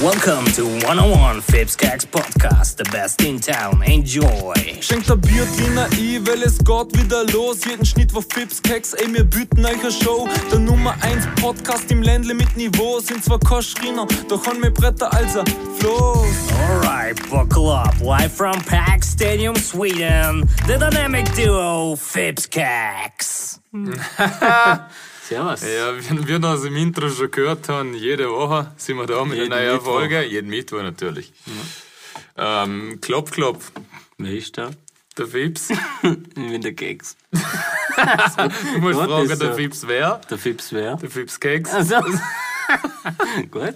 Welcome to 101 Fips Gags Podcast, the best in town. Enjoy! Schenkt ein Bier, Diener, ich, weil es geht wieder los. Jeden Schnitt war Fips, Keks, ey, wir bieten euch eine Show. Der Nummer 1 Podcast im Ländle mit Niveau. Sind zwar kein Schreiner, doch haben wir Bretter als ein Floß. Alright, buckle up. Live from Pack Stadium, Sweden, the dynamic duo Fips Gags. Servus. Ja, wie wir das im Intro schon gehört haben, jede Woche sind wir da mit Jeden einer neuen Mittwoch. Folge. Jeden Mittwoch natürlich. Ähm, klopf, klopf, Wer ist da? der Fips. Ich bin der Keks. Du musst Gott, fragen, ist der so. Fips wer? Der Fips wer? Der Fips Keks. Also. Gut.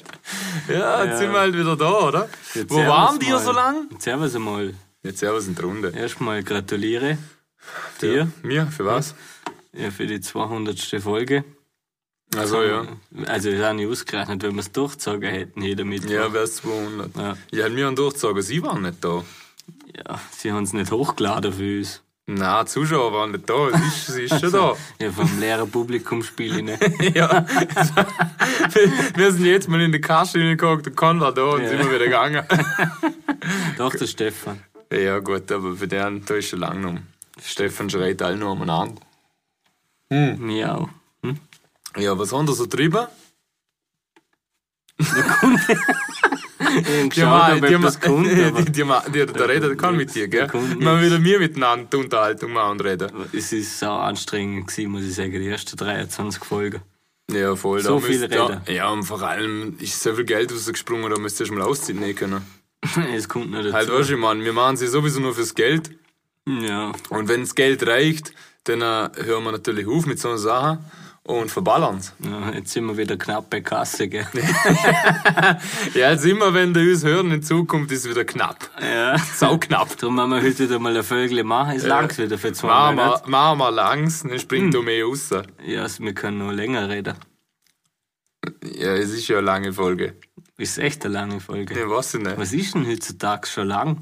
Ja, jetzt sind wir halt wieder da, oder? Jetzt Wo servus waren die ja mal. so lang? Jetzt servus einmal. Jetzt servus in der Runde. Erstmal gratuliere dir Mir, für was? ja, für die 200. Folge. Also ja. Also ist auch nicht ausgerechnet, wenn wir es durchgezogen hätten hier damit. Ja, wär's 200. Ja. Ja, mir haben durchgezogen, sie waren nicht da. ja sie haben es nicht hochgeladen für uns. Nein, die Zuschauer waren nicht da, sie ist, sie ist schon da. Ja, vom leeren Publikum spiele ich nicht. Ja. wir sind jetzt mal in die Kasse hingeguckt, der Con war da und Ja. sind wir wieder gegangen. Doch, der Stefan. ja, gut, aber für den, da ist schon lang noch. Stefan schreit alle noch umeinander. Mir auch. Ja, was haben da so drüber? Ich hab geschaut, ob etwas kommt, die, aber die, ma- die, der Reder der kann mit dir, gell? Der kommt Man will mir miteinander die Unterhaltung machen und reden. es ist so anstrengend gewesen, muss ich sagen, die ersten 23 Folgen. Ja, voll. So da viel müsst- reden. Ja, ja, und vor allem ist so viel Geld rausgesprungen, da müsstest du mal Auszeit nehmen können. Es kommt noch dazu. Halt, weißt du, ich meine, wir machen sie sowieso nur fürs Geld. Ja, Und wenn das Geld reicht, dann äh, hören wir natürlich auf mit so einer Sache und verballern ja, jetzt sind wir wieder knapp bei Kasse, gell? Ja, jetzt immer, wenn die uns hören, in Zukunft ist es wieder knapp. Ja. Sau knapp. Darum haben wir heute wieder mal ein Vögel machen. Es langt wieder für zwei Machen wir- Monate. machen wir langs, dann Hm. springt du mehr raus. Ja, also wir können noch länger reden. Ja, es ist ja eine lange Folge. Ist echt eine lange Folge. Ja, ne? weiß ich nicht. Was ist denn heutzutage schon lang?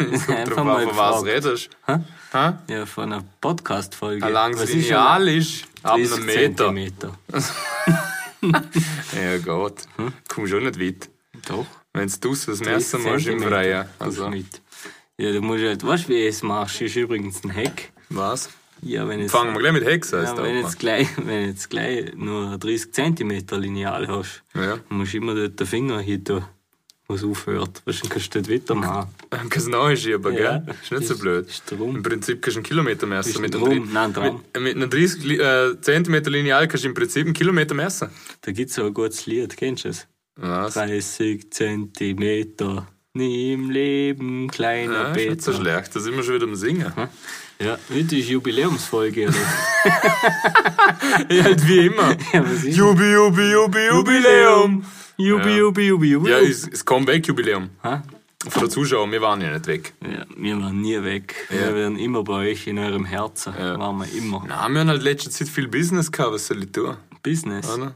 Einfach Drum, von was gefragt. redest Hä? Hä? Ja, von einer Podcast-Folge. Ein langes Was ist ein Lineal ist ab einem 30 Meter. Zentimeter? Ja, Gott. Hm? Komm schon nicht weit. Doch. Wenn du es das messen 30 musst im Zentimeter. Freien. Kommst Also, mit. Ja, du musst halt, weißt du, wie ich es machst? Ist übrigens ein Hack. was? Ja, wenn es. Fangen wir gleich mit Hexen Ja, an. wenn, jetzt gleich, wenn jetzt gleich nur ein 30 cm Lineal hast, Ja. musst du immer dort den Finger hin tun, wo es aufhört. Weißt, du, dann kannst du dort weitermachen. Kannst du reinschieben, Ja. gell? Ist nicht so Ist- blöd. ist drum. Im Prinzip kannst du einen Kilometer messen. Ist Mit, drum. einem Dri- Nein, drum. mit, mit einem 30 Li- äh, Zentimeter Lineal kannst du im Prinzip einen Kilometer messen. Da gibt es auch ein gutes Lied, kennst du es? Was? 30 cm, nie im Leben, kleiner Ja, ist nicht so Peter. schlecht. Da sind wir schon wieder am Singen. Ja, heute ist Jubiläumsfolge. Oder? Ja, halt wie immer. ja, was ist Jubi, Jubi, Jubi, Jubiläum. Jubi, Ja. Jubi, Jubi, Jubi. Ja, ist das Comeback-Jubiläum. Ha? Von den Zuschauern, wir waren ja nicht weg. ja, wir waren nie weg. Ja. Wir werden immer bei euch in eurem Herzen. Waren wir immer. Na, wir haben halt letzte Zeit viel Business gehabt, was soll ich tun? Business. Oder?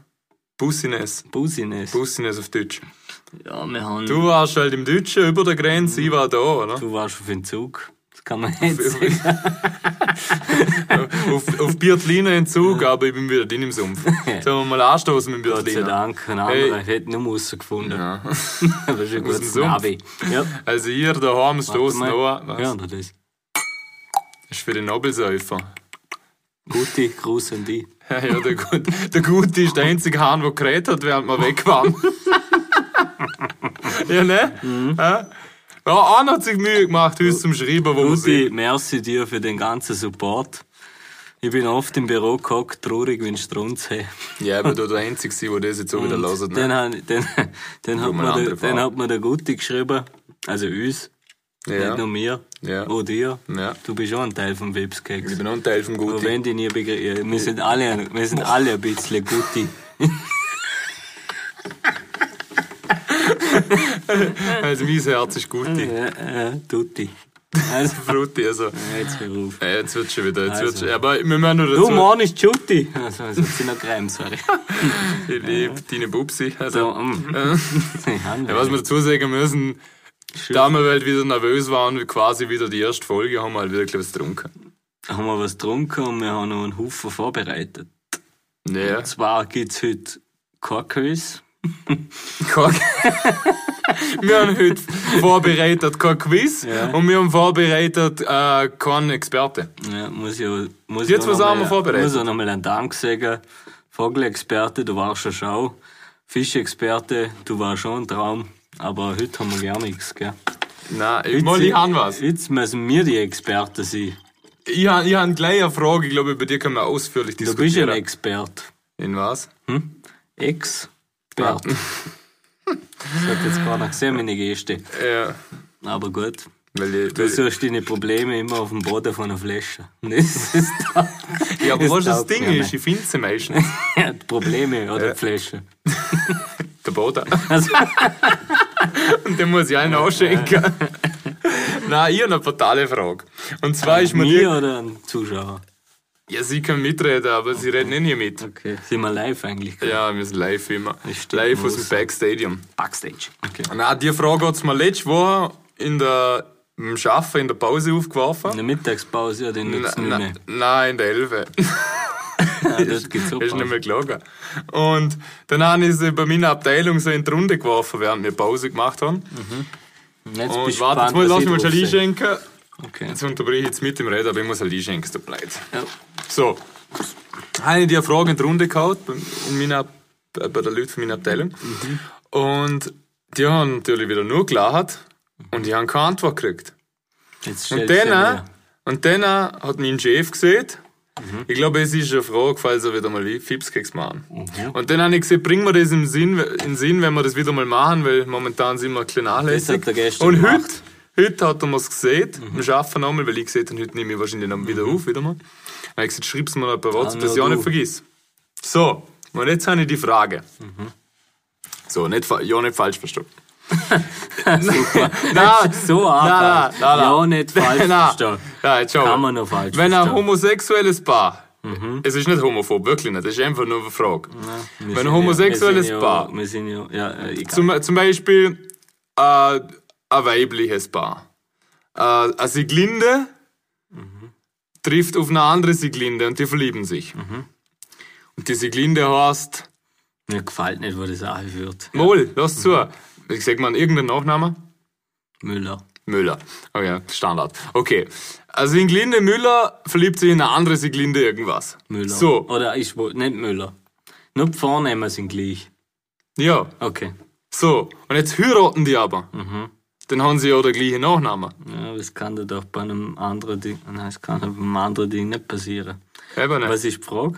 Business. Business. Business auf Deutsch. ja, wir haben. Du warst halt im Deutschen über der Grenze, ich war da, oder? Du warst auf Entzug. Das kann man nicht sagen. auf, auf Biertliner in Zug, aber ich bin wieder drin im Sumpf. Sollen wir mal anstoßen mit dem Gott sei Biertliner? Dank. Ein anderer Hey. hätte nur Musse gefunden. Ja. Aber ist ein dem gutes Sumpf. Navi. Ja. Also ihr daheim stoßen Warte an. mal. Ja. Hören wir das? Ist für den Nobelsäufer. Gute Gruß an dich. Ja, ja, der, Gut, der Gute ist der einzige Hahn, der geredet hat, während wir weg waren. ja, ne? Ja, Ja, einer hat sich Mühe gemacht, uns zum Schreiben, wo wir sind. Gute, merci dir für den ganzen Support. Ich bin oft im Büro gehockt, traurig wie ein Strunz. Hey. Ja, aber du der Einzige, gewesen, der das jetzt so wieder hört. Dann, Ne? han- dann, dann, mal hat mir der, andere Frage. dann hat mir der Gute geschrieben, also uns, Ja. nicht nur mir, Ja. auch dir. Ja. Du bist auch ein Teil vom Webskeks. Ich bin auch ein Teil vom Aber Guten. wenn die nie begreifen, wir sind alle, wir sind alle ein bisschen Guti. Also mein Herz ist Gute. Äh, äh, Tutti. Also, Frutti, also. jetzt hör auf. Ja, jetzt wird's schon wieder. Jetzt Also. wird's schon, aber wir müssen nur Du, dazu. Mann, ist Tutti. Also, also, jetzt sind noch Creme, sorry. Ich liebe deine Bubsi. Also, So, ähm, ja, was wir dazu sagen müssen, da wir halt wieder nervös waren, quasi wieder die erste Folge, haben wir halt wirklich was getrunken. haben wir was getrunken und wir haben noch einen Haufen vorbereitet. Ja. Und zwar gibt's heute kein Quiz, Kein- wir haben heute vorbereitet kein Quiz und wir haben vorbereitet äh, keinen Experte. Ja, muss ich, auch- muss Jetzt ich auch was noch haben wir mal- vorbereitet? Muss auch nochmal einen Dank sagen. Vogelexperte, du warst schon schau. Fischexperte, du warst schon ein Traum. Aber heute haben wir gar nichts, gell? Nein, ich, mal, ich habe Äh, was. Jetzt müssen wir die Experten sein. Ich habe ich hab gleich eine Frage, ich glaube, über die können wir ausführlich Du bist ja ein diskutieren. Experte. In was? Expert. Das hat jetzt gar nicht gesehen, meine Geste. Ja. Aber gut. Äh, Weil ich, Du weil ich, suchst deine Probleme immer auf dem Boden von einer Flasche. Und das ist da. ja, aber das was das taugt Ding mir ist, nicht. ich finde sie meistens. Ja, die Probleme oder die Flasche. Der Boden. Also, Und den muss ich allen ausschenken. Nein, ich habe eine fatale Frage. Und zwar ist mir mir die. oder ein Zuschauer? Ja, sie können mitreden, aber sie reden eh nie mit. Okay. Sind wir live eigentlich? Ja, wir sind live immer. Das stimmt, Live man aus dem muss- Backstadium. Backstage. Okay. Na, die Frage hat's mir letzte Woche in der, im Schaffen, in der Pause aufgeworfen. In der Mittagspause oder in der Na- nächsten na- Minute? Nein, in der Elfe. Ja, dort gibt's ist auch nicht Pause. mehr gelogen. Und danach ist sie bei meiner Abteilung so in die Runde geworfen, während wir Pause gemacht haben. Jetzt Und bist du Oh, warte, gespannt, jetzt muss, lass was mich mal ich schnell drauf sehe. einschenken. Okay. Jetzt unterbreche ich jetzt mit dem Reden, aber ich muss ein einschenken, tut mir leid. Ja. So, habe ich die Frage in die Runde gehauen, bei, in meiner, bei bei den Leuten von meiner Abteilung. Mhm. Und die haben natürlich wieder nur gelacht und die haben keine Antwort gekriegt. Jetzt Und stellst du dann, mir- und dann hat mein Chef gesehen, ich glaube, es ist eine Frage, falls er wieder mal Fipskeks machen. Mhm. Und dann habe ich gesagt, bring mir das im Sinn, in Sinn, wenn wir das wieder mal machen, weil momentan sind wir ein bisschen Das nachlässig. hat er gestern Und heute, gemacht. Mhm. heute hat er mir es gesehen, im Schaffen nochmal, weil ich gesehen habe, heute nehme ich wahrscheinlich noch wieder auf, wieder mal. Und ich habe gesagt, schreib es mir noch per WhatsApp, Ah, dass ich nur auch du. nicht vergiss. So, und jetzt habe ich die Frage. Mhm. So, nicht, fa- ja, nicht falsch verstanden. Nein, So nein, arg. nein, nein. Ja, nicht falsch Nein. verstanden. Nein, jetzt schau Kann mal. man noch falsch Wenn ein verstehen. Mhm. homosexuelles Paar, es ist nicht homophob, wirklich nicht, es ist einfach nur eine Frage. Wir Wenn sind ein homosexuelles ja, wir sind Paar, Ja, wir sind ja, ja äh, egal. zum, zum Beispiel äh, ein weibliches Paar, äh, eine Sieglinde Mhm. trifft auf eine andere Sieglinde und die verlieben sich. Mhm. Und die Sieglinde heißt, mir gefällt nicht, wo das anführt. Mol, lass zu, Mhm. ich sag mal irgendeinen Nachnamen. Müller. Müller. Okay, Standard. Okay. Also Sieglinde Müller verliebt sich in eine andere Sieglinde irgendwas. Müller. So. Oder ich wo- nicht Müller. Nur die Vornamen sind gleich. Ja. Okay. So. Und jetzt heiraten die aber. Dann haben sie ja den gleichen Nachnamen. Ja, aber es kann dir doch bei einem anderen Ding, nein, es kann doch bei einem anderen Ding nicht passieren. Eben nicht. Was ist die Frage?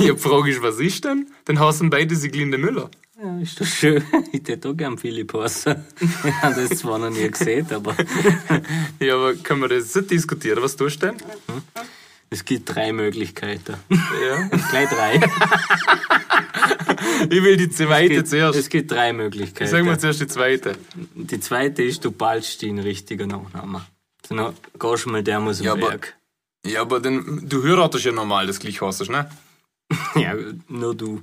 Die Frage ist, was ist denn? Dann heißen beide Sieglinde Müller. Ja, ist das schön. Ich hätte auch gern Philipp heißen. Ich habe das zwar noch nie gesehen, aber Ja, aber können wir das nicht diskutieren? Was tust du denn? es gibt drei Möglichkeiten. Ja. Gleich drei. Ich will die zweite zuerst. Es gibt drei Sagen wir Möglichkeiten. zuerst die zweite. Die zweite ist, du ballst deinen richtigen Nachnamen. Dann gehst du mal der muss Ja, am aber- Berg. Ja, aber dann, du heiratest ja normal, das gleich heißt, ne? Ja, nur du.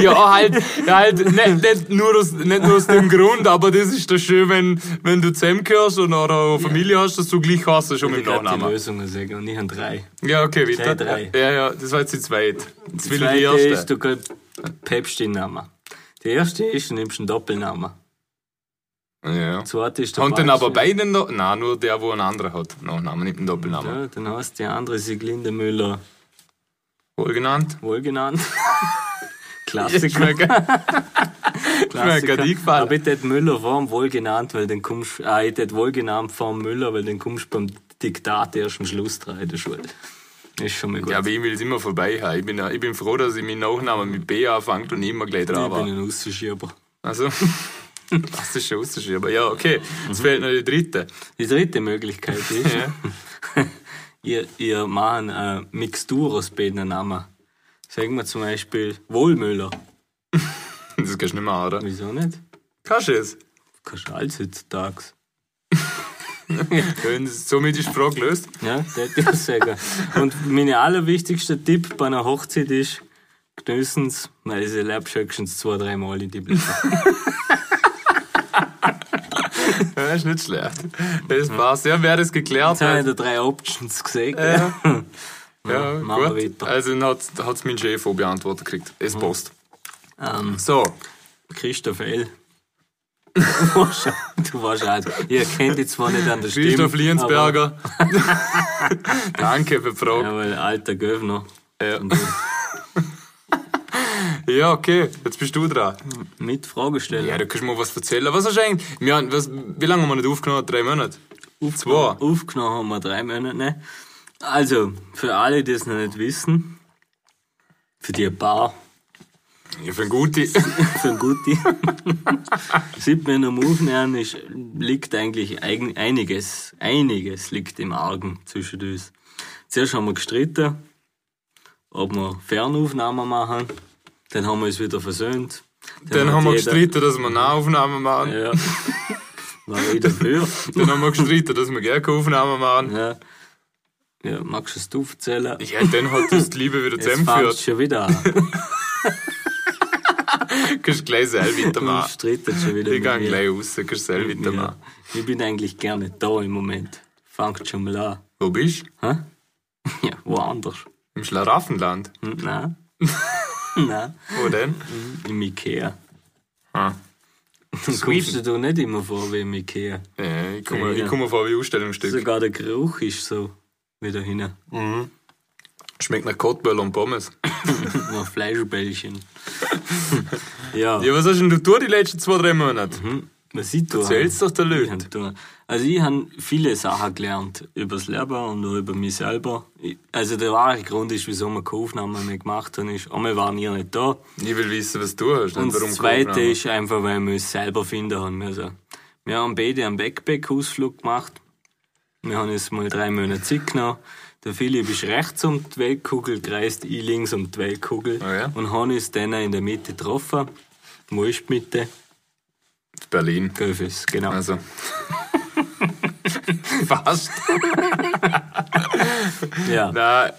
Ja, halt, halt nicht, nicht, nur aus, nicht nur aus dem Grund, aber das ist doch schön, wenn, wenn du zusammengehörst und oder eine Familie hast, dass du gleich hast, schon mit Ich dem kann die Nachnamen. Lösungen sagen und ich habe drei. Ja, okay, weiter. Gleich drei. Ja, ja, das war jetzt die zweite. Jetzt will ich die zweite erste. ist, du gib- päpst den Namen. Die erste ist, du nimmst einen Doppelnamen. Ja. Die zweite ist, du Haben dann ballst aber den- beide noch, nein, nur der, wo einen anderen hat, Nachnamen, nicht einen Doppelnamen. Ja, dann hast du die andere Siglinde Müller Wohl genannt. wohlgenannt. Ich Klassiker, merke, mir Klassiker. grad eingefallen. Aber ich hätte Müller vorm wohlgenannt, weil dann kommst ah, ich hätte wohlgenannt vorm Müller, weil dann kommst du beim Diktat erst am Schluss dran in der Schule. Ist schon mal gut. ja, aber ich will es immer vorbei haben. Ich bin, ich bin froh, dass ich meinen Nachnamen mit B anfange und immer gleich ich drauf bin habe. ein Ausschieber. Also, das ist schon russisch, aber ja, okay. Mhm. Jetzt fehlt noch die dritte. Die dritte Möglichkeit ist, ihr, ihr äh, macht eine Mixtur aus beiden Namen. Sagen wir zum Beispiel Wohlmüller. Das kannst du nicht mehr, oder? Wieso nicht? Kannst du es? Kannst du alles heutzutage. Wenn es somit ist die Frage gelöst. Ja, das hätte ich auch sagen. Und mein allerwichtigster Tipp bei einer Hochzeit ist, genüssens, weil sie lebst höchstens zwei, drei Mal in die Blätter. Ja, ist nicht schlecht. Das passt. Ja, wäre das geklärt. Jetzt habe weil- ich da drei Options gesehen. gell? Ja, machen wir gut. weiter. Mhm. Also dann hat es mein Chef auch beantwortet gekriegt. Es passt. Ähm, So, Christoph L. Du warst du warst auch. Ihr kennt ihn zwar nicht an der Stimme. Christoph aber- Liensberger. Danke für die Frage. Jawohl, alter Gövner. Ja. Und, äh, Ja. okay, jetzt bist du dran. Mit Fragesteller. Ja, du kannst mir was erzählen. Was hast du eigentlich? Wir haben, was, wie lange haben wir nicht aufgenommen? Drei Monate? Zwei. Aufgenommen haben wir drei Monate. Ne? Also, für alle, die es noch nicht wissen, für die Bar, Ja, für einen guten. für ein Guti, sieht man am Aufnehmen, ist, liegt eigentlich eigen- einiges, einiges liegt im Argen zwischen uns. Zuerst haben wir gestritten, ob wir Fernaufnahmen machen, dann haben wir uns wieder versöhnt. Dann hat haben wir jeder- gestritten, dass wir eine Aufnahme machen. Ja, war ich dafür. Dann haben wir gestritten, dass wir gerne keine Aufnahme machen. Ja. ja, magst du es aufzählen? Ja, dann hat uns die Liebe wieder Jetzt zusammengeführt. fangst schon wieder an. Du kannst gleich selber Du weitermachen. streitet schon wieder Ich gehe mit mir. gleich raus, du kannst selber ja. weitermachen. Ich bin eigentlich gerne da im Moment. Fangt schon mal an. Wo bist du? Hä? Ja, woanders. Im Schlaraffenland. Hm, Nein. Nein, Wo denn? im Ikea. Ah. Dann kommst du doch nicht immer vor wie im Ikea. Ja, ich komme Ja. ich komme vor wie Ausstellungsstück. Sogar der Geruch ist so wieder hin. Schmeckt nach Kotböll und Pommes. Nach Fleischbällchen. ja, Ja, was hast denn du durch die letzten zwei, drei Monate? Mhm. was ich tue. Erzähl's doch der Ich Leute. hab da- Also ich habe viele Sachen gelernt über das Leben und auch über mich selber. Ich- Also der wahre Grund ist, wieso wir keine Aufnahmen mehr gemacht haben, ist, einmal waren wir nicht da. Ich will wissen, was du hast. Und das warum Zweite Corona. ist einfach, weil wir uns selber finden haben müssen. Wir haben beide einen Backpack-Ausflug gemacht. Wir haben uns mal drei Monate Zeit genommen. Der Philipp ist rechts um die Weltkugel gereist, ich links um die Weltkugel. Ah ja. Und haben uns dann in der Mitte getroffen. Wo ist die Mitte? Berlin. Göfis, genau. Also. Fast. ja. Nein,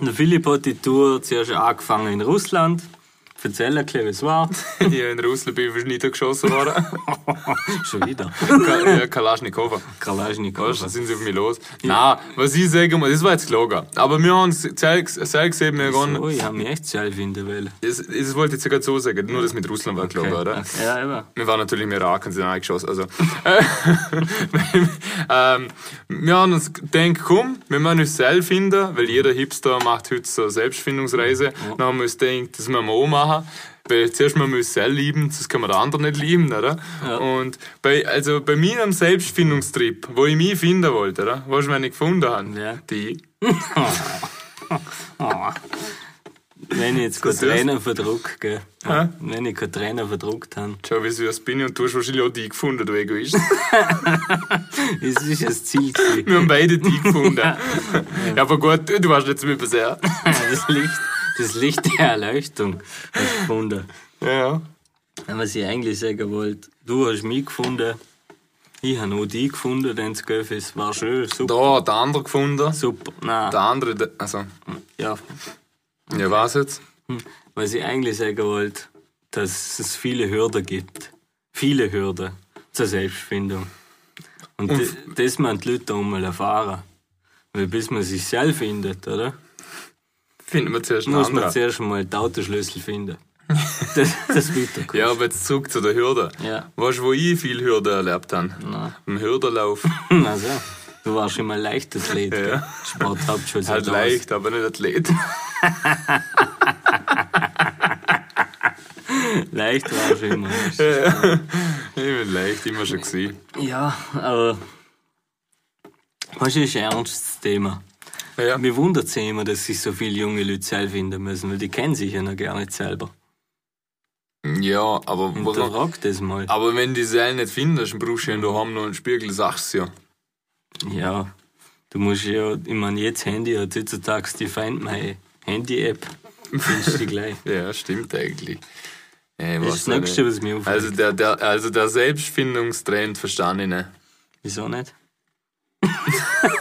Der Philipp hat die Tour zuerst angefangen in Russland. Erzähl ein bisschen, wie es war. ich in Russland bin ich niedergeschossen worden. Schon wieder. ja, Kalaschnikowa. Kalaschnikow. Da sind sie auf mich los. Nein, was ich sagen muss, das war jetzt gelogen. Aber wir haben es sehr gesehen, wir haben. Oh, ich habe mich echt selber finden wollen. Das, das wollte ich jetzt gerade so sagen, nur das mit Russland war gelogen, oder? Okay. Ja, eben. Wir waren natürlich im Irak und sind eingeschossen. Also, äh, ähm, wir haben uns gedacht, komm, wir müssen uns selbst finden, weil jeder Hipster macht heute so eine Selbstfindungsreise. Dann haben wir uns gedacht, das müssen wir auch machen. Weil zuerst müssen wir uns selbst lieben, sonst können wir den anderen nicht lieben, oder? Und bei, also bei mir am Selbstfindungstrip, wo ich mich finden wollte, oder? Weißt du, wen ich gefunden habe? Ja. Die. Ah. Wenn ich jetzt keinen So süß. Trainer verdruckt, gell? Wenn ich keinen Trainer verdruckt habe. Schau, wie süß bin ich und du hast wahrscheinlich auch die gefunden, du Egoist. Das ist das Ziel. gewesen. Wir haben beide die gefunden. ja, aber gut, du warst jetzt mit sehr. das Licht, das Licht der Erleuchtung. hast du gefunden. Ja. Was ich eigentlich sagen wollte, du hast mich gefunden. Ich habe auch dich gefunden, denn das Göffis war schön, super. Da hat der andere gefunden. Super. Nein. Der andere, der- also, Ja, ja, was jetzt? was ich eigentlich sagen wollte, dass es viele Hürden gibt. Viele Hürden zur Selbstfindung. Und d- das man die Leute auch mal erfahren. Weil bis man sich selbst findet, oder? Finden wir zuerst einen Muss man anderen. zuerst mal den Autoschlüssel finden. Das, das wird Ja, aber jetzt zurück zu der Hürde. Ja. Weißt du, wo ich viel Hürde erlebt habe? Im Hürderlauf. Also, du warst immer Leichtathlet. Ja. Sporthauptschule. Halt seit leicht, aber nicht Athlet. damals. Leicht warst du immer. ich bin leicht, immer schon gesehen. Ja, aber. Was ist ein ernstes Thema? Ja. Mir wundert es ja immer, dass sich so viele junge Leute selber finden müssen, weil die kennen sich ja noch gar nicht selber. ja, aber Und da warum? fragt das mal. Aber wenn du sie nicht findest, brauchst du ja daheim noch einen Spiegel, sagst du ja. Ja, du musst ja, ich meine, jetzt Handy hat heutzutage die Find My Handy-App. Findest du gleich. Ja, stimmt eigentlich. Ja, ich Das weiß ist das auch Nächste, nicht. was mir auffällt. Also der, der, also der Selbstfindungstrend verstand ich nicht. Wieso nicht?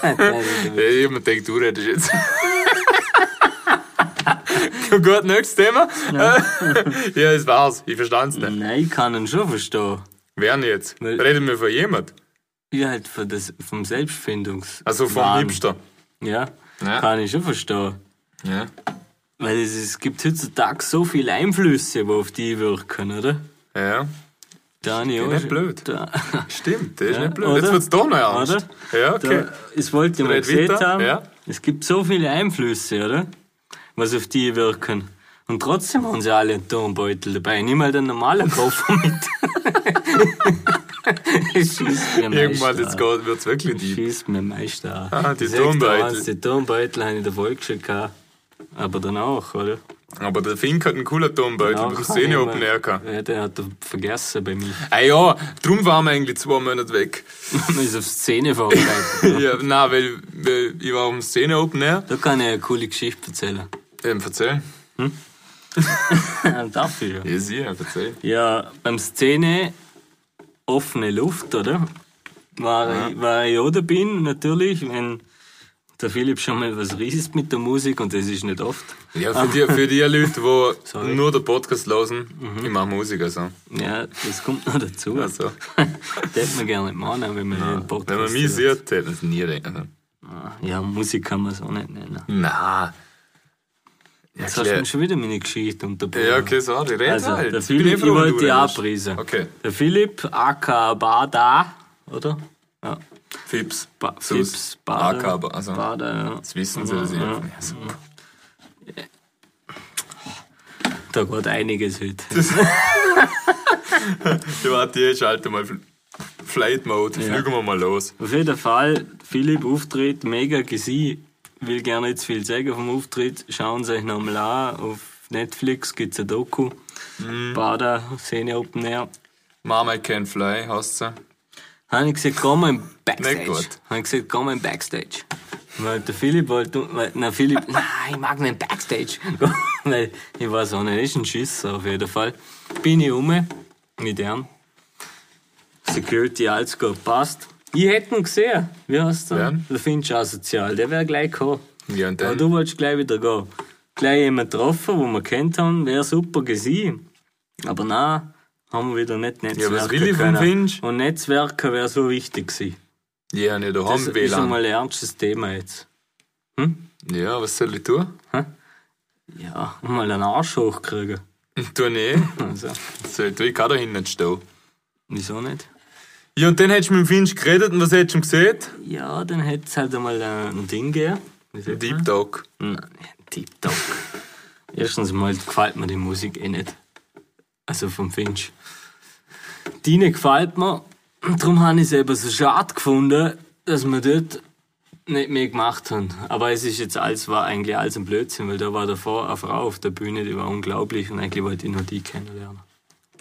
Ja, ich hab mir gedacht, du redest jetzt. Gut, nächstes Thema. ja, das war's. Ich verstand's nicht. Nein, ich kann ihn schon verstehen. Wer denn jetzt? Weil- Reden wir von jemand? Ich halt von das, vom Selbstfindungs. Also vom Wahn. Liebster. Ja. Ja. Kann ich schon verstehen. ja. Weil es, es gibt heutzutage so viele Einflüsse, die auf die wirken, oder? Ja. Da habe ich auch nicht schon- blöd. Da, Stimmt, das ist Ja, nicht blöd. oder? Jetzt wird's da noch ernst. Ja, da, okay. Das wollte ich mal Red gesehen weiter, haben. ja. Es gibt so viele Einflüsse, oder? Was auf die wirken. Und trotzdem haben sie alle einen Turnbeutel dabei. Nimm mal den normalen Koffer mit. Das schießt mir am Irgendwann meisten jetzt an. geht- wird's wirklich Das deep. schießt mir am meisten an. Ah, die Ich sag dir Turnbeutel. eins, Die Turnbeutel habe ich davor schon gehabt. Aber danach, oder? Aber der Fink hat einen coolen Tonbeutel Danach beim habe ich Szene eh Open immer- Air gehabt. Ja, den hat er vergessen bei mir. Ah ja, darum waren wir eigentlich zwei Monate weg. Man ist auf Szene vorbereitet. ja, nein, weil, weil ich war auf dem Szene Open Air. Da kann ich eine coole Geschichte erzählen. Ähm, erzähl. Darf ich ja. Ja, sicher, erzähl. Ja, beim Szene offene Luft, oder? War, ich, war ich oder bin, natürlich, wenn der Philipp schon mal was riesst mit der Musik und das ist nicht oft. Ja, für die, für die Leute, die Sorry. Mhm. nur den Podcast hören, ich mache Musik. Also. Ja, das kommt noch dazu. Also. das hätte man gerne nicht machen, wenn man den Podcast. Wenn man mich hört. sieht, hätte man es nie also. denken. Ja, Musik kann man es auch nicht nennen. Nein. Jetzt hast du klar. mir schon wieder meine Geschichte unterbrochen. Ja, okay, sorry, red Also, halt. der Ich bin eh Philipp, ich froh, wenn wollte du dich redest. abreisen. Okay. Der Philipp, aka Bada, oder? Ja. Fips. Ba Sus. Philips, Bada. AK, aber- also- Bada, ja. Das wissen sie, dass ich. Ja. Ja, also. super. Da geht einiges heute. Ja, Warte, ich schalte mal Fl- Flight Mode. Ja. Fliegen wir mal los. Auf jeden Fall, Philipp Auftritt, mega gesi. Will gerne nicht zu viel sagen vom Auftritt. Schauen Sie euch nochmal an. Auf Netflix gibt es ein Doku. Mhm. Bader, Szene Open Air. Mama I can fly, heißt sie. Habe ich gesagt, komm mal im Nicht Backstage. gut. Habe ich gesagt, komm mal im Backstage. Weil der Philipp wollte, weil, na Philipp, nein, ich mag nicht Backstage. weil, ich weiß auch nicht, ist ein Schiss auf jeden Fall. Bin ich um, mit ihm. Security, alles gut, passt. Ich hätte ihn gesehen. Wie heißt der? Wer? Der Finch asozial, der wäre gleich gekommen. Ja, und Aber dann? du wolltest gleich wieder gehen. Gleich jemanden getroffen, den wir kennt haben, wäre super gewesen. Aber nein, haben wir wieder nicht Netzwerke was will ich vom können. Finch? Und Netzwerke wäre so wichtig gewesen. Ja, nicht Das daheim ist WLAN. einmal ein ernstes Thema jetzt. Ja, was soll ich tun? Ja, Um mal einen Arsch hochkriegen. Tu nicht. Also, eh. Soll ich kann da hinten stehen. wieso nicht? Ja, und dann hättest du mit dem Finch geredet und was hättest du ihm gesehen? Ja, dann hätte es halt einmal äh, ein Ding gegeben. Wie sagt Deep Talk. man? Nein, TikTok. Hm. Erstens mal gefällt mir die Musik eh nicht. Also vom Finch. Deine gefällt mir. Und darum habe ich es eben so schade gefunden, dass wir dort nicht mehr gemacht haben. Aber es ist jetzt alles, war eigentlich alles ein Blödsinn, weil da war davor eine Frau auf der Bühne, die war unglaublich und eigentlich wollte ich nur die kennenlernen.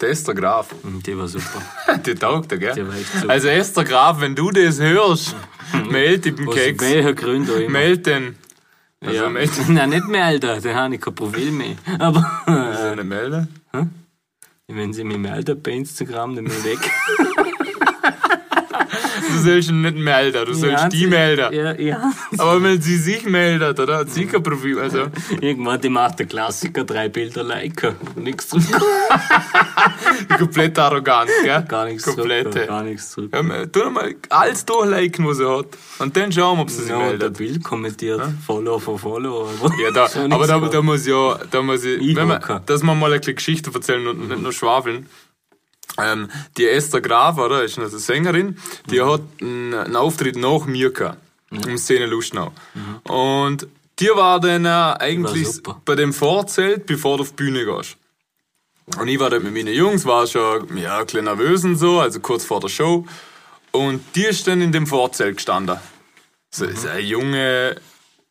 Der Esther Graf. Und die war super. Die taugt dir, Die war gell? echt super. Also Esther Graf, wenn du das hörst, meld dich beim Aus Keks. welchen Gründen auch immer. Meld den. Also ja. meld dich Nein, nicht mehr, Alter. Da habe ich kein Profil mehr. Aber nicht melden. wenn sie mich melden bei Instagram, dann bin ich weg. Du sollst ihn nicht melden, du sollst Ja, die sie- melden. Ja, Mhm. ja. Aber wenn sie sich meldet, oder? Hat sie kein Profil. Also, Irgendwann, die macht der Klassiker, drei Bilder liken. Nichts zurück. komplett arrogant, gell? Gar nichts Komplett. zurück. Gar nichts zurück. Ja, mal- tu doch mal alles durchliken, was er hat. Und dann schauen wir, ob sie sich Ja, und der meldet. Bild kommentiert, Follow for Follow. Aber Ja, da, so aber nichts da, gehabt. da muss ja, da muss ich, Ich wenn hocker. man, dass wir mal eine kleine Geschichte erzählen und nicht nur schwafeln. Ähm, die Esther Graf, oder, ist eine Sängerin, die Mhm. hat einen, einen Auftritt nach mir gehabt, im Szene Luschnau. Und die war dann äh, eigentlich Mhm. super. bei dem Vorzelt, bevor du auf die Bühne gehst. Und ich war dort mit meinen Jungs, war schon ja, ein bisschen nervös und so, also kurz vor der Show. Und die ist dann in dem Vorzelt gestanden. So, Mhm. so ein junge,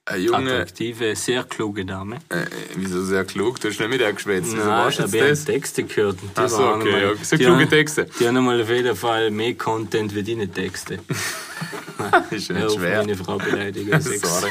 ein junge, Attraktive, sehr kluge Dame. äh, wieso sehr klug? Du hast nicht mit ihr geschwätzt. Wieso Nein, warst ich du habe ja jetzt Also, das? Texte gehört. und die Ach so, waren okay, einmal- ja. Sehr die kluge haben- Texte. Die haben einmal auf jeden Fall mehr Content wie deine Texte. Ist ja Ja, nicht auf schwer. meine Frau beleidigen. Sorry.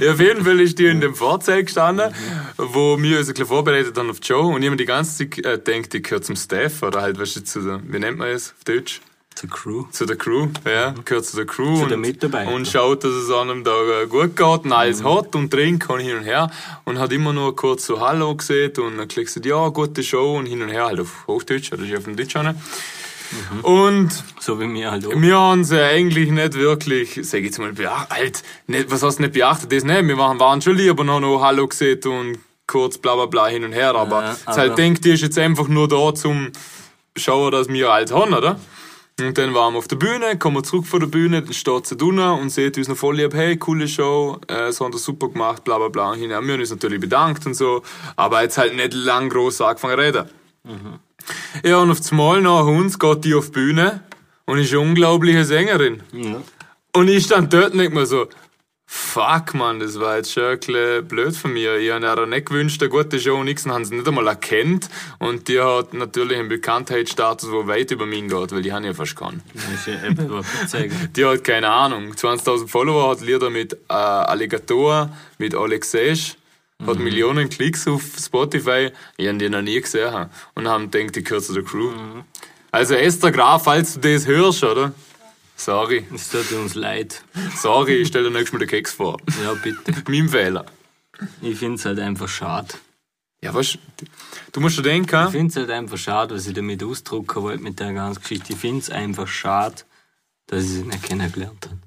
ja, auf jeden Fall ist die in dem Fahrzeug gestanden, wo wir uns ein bisschen vorbereitet haben auf die Show. Und ich habe mir die ganze Zeit äh, gedacht, die gehört zum Staff oder halt, weißt du, zu der, wie nennt man es auf Deutsch? Zur Crew. Zu der Crew, ja, gehört zu der Crew. den Mitarbeitern. Mhm. Und schaut, dass es an einem Tag äh, gut geht und alles hat und trinkt kann hin und her. Und hat immer nur kurz so Hallo gesehen und dann gesagt, ja, gute Show und hin und her, halt auf Hochdeutsch, oder ich auf dem Deutsch. Hin. Mhm. Und So wie mir halt auch. wir haben sie eigentlich nicht wirklich, sag ich jetzt mal, beachtet, halt, nicht, was heißt nicht beachtet, das nicht, wir waren, waren schon lieb und haben auch Hallo gesehen und kurz bla bla bla hin und her, aber, Ja, jetzt halt aber- denkt, die ist jetzt einfach nur da zum Schauen, dass wir alt haben, oder? Und dann waren wir auf der Bühne, kommen zurück von der Bühne, dann steht sie drunter und sieht uns noch voll lieb, hey, coole Show, äh, so haben das super gemacht, bla bla bla, und hin. Wir haben uns natürlich bedankt und so, aber jetzt halt nicht lang groß angefangen zu reden. Ja, und auf das Mal nach uns geht die auf die Bühne und ist eine unglaubliche Sängerin. Ja. Und ich stand dort und denk mir so, fuck man, das war jetzt schon ein bisschen blöd von mir. Ich habe ihr nicht gewünscht, eine gute Show und nix, und haben sie nicht einmal erkannt. Und die hat natürlich einen Bekanntheitsstatus, wo weit über meinen geht, weil die haben ja fast keinen. Das ist ja eben überhaupt zeigen. Die hat keine Ahnung. 20.000 Follower hat Lieder mit äh, Alligator, mit Alexesh, Mhm. hat Millionen Klicks auf Spotify. Ich habe die noch nie gesehen. Und haben denkt die Kürze der Crew. Mhm. Also Esther Graf, falls du das hörst, oder? Sorry, Es tut uns leid. sorry, ich stell dir nächstes Mal den Keks vor. Ja, bitte. Mein Fehler. Ich finde es halt einfach schade. Ja, weißt du, du musst dir denken, Ich finde es halt einfach schade, was ich damit ausdrücken wollte mit der ganzen Geschichte. Ich finde es einfach schade, dass ich sie nicht kennengelernt habe.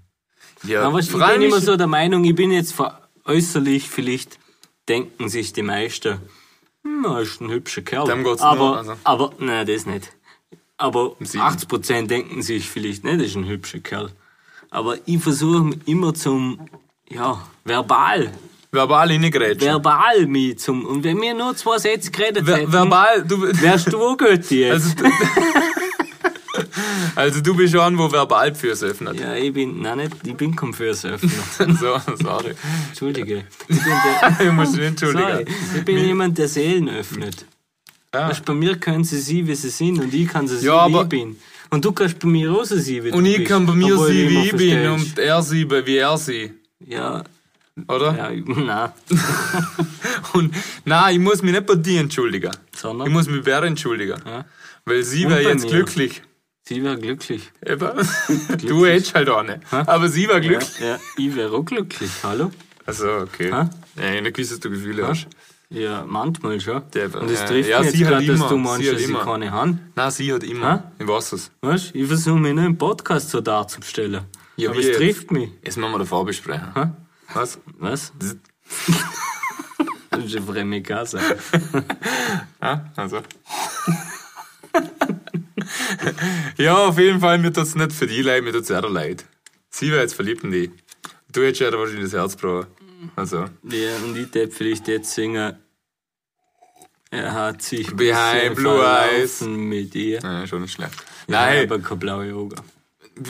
ja, Aber ich vor allem bin immer ist- so der Meinung, ich bin jetzt ver- äußerlich, vielleicht denken sich die meisten, hm, er ist ein hübscher Kerl. Dem geht's aber, nur, also. aber, nein, das nicht. Aber Sieben. 80% denken sich vielleicht, ne, das ist ein hübscher Kerl. Aber ich versuche mich immer zum, ja, verbal, verbal reingrätschen. verbal mich zum, und wenn wir nur zwei Sätze geredet Ver hätten, verbal, du... wärst du auch Götti jetzt. Also, du- also du bist schon, wo verbal fürs öffnet. ja, ich bin, nein, nicht, ich bin kein Fürsoröffner. So, sorry. Entschuldige. Ich bin der, Ich muss dich Sorry, entschuldigen. ich bin jemand, der Seelen öffnet. Ja. Weißt, bei mir können sie sein, wie sie sind, und ich kann sie sein, Ah. Ja, wie aber- ich bin. Und du kannst bei mir auch so sein, wie du Und ich bist, kann bei mir obwohl sein, immer wie ich bin verstellst. und er sie, bei- wie er sie. Ja, Oder? ja, ich- nein. Und nein, ich muss mich nicht bei dir entschuldigen. Sondern? Ich muss mich bei ihr entschuldigen. Ja. Weil sie Und war bei jetzt mir. glücklich. Sie wäre glücklich. Eben. Du hättest halt auch nicht. Aber sie war Ja, glücklich. ja, ich wäre auch glücklich, hallo? Also, okay. Hä? Ja, ich hab nicht gewusst, dass du Gefühle hast. Ja, manchmal schon. Der- und es ja, trifft ja, mich sie jetzt hat gerade, dass immer, du sie meinst, hat dass ich immer. keine habe. Nein, sie hat immer. Ich weiß es. Weißt, ich versuche mich nicht im Podcast so darzustellen. Ja, aber wie es jetzt? trifft mich. Jetzt müssen wir davor besprechen. Hä? Was? Was? das ist eine fremde Kasse. Ja, also. ja, auf jeden Fall, mir tut's nicht für die leid, mir tut's eher leid. Sie wäre jetzt verliebt in die. Du hättest ihr wahrscheinlich das Herz brauchen. Also, Ja, und ich darf vielleicht jetzt singen. Er hat sich ein Behind bisschen blue eyes. verlaufen mit ihr. naja, schon nicht schlecht. Ich Nein, habe keine blaue Augen.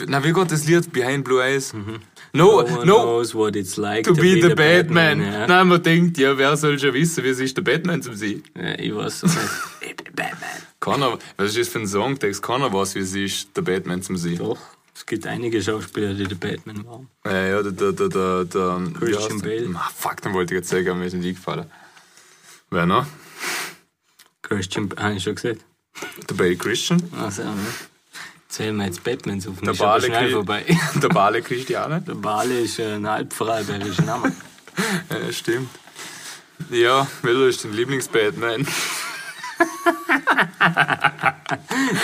na, wie geht das Lied Behind Blue Eyes? Mhm. No, No one no, knows what it's like to be the Batman. Ja. Nein, man denkt, ja, wer soll schon wissen, wie es ist, der Batman zum sie? Ja, ich weiß es nicht. ich bin Batman. Keiner, was ist das für ein Songtext? Keiner weiß, wie es ist, der Batman zum sie. Doch, es gibt einige Schauspieler, die der Batman waren. Ja, Äh, ja, der, der, der, der, der wie Christian heißt der? Bale. Ah, fuck, den wollte ich jetzt sagen, mir ist nicht eingefallen. Wer noch? Christian, habe ich schon gesagt. Der Bale Christian. Also, ne? Zählen wir jetzt Batmans auf, Der ist aber Bale schnell Kri- vorbei. Der Bale Christiane. Der Bale ist äh, ein altfreibergischer Name. Äh, stimmt. Ja, welcher ist dein Lieblings-Batman?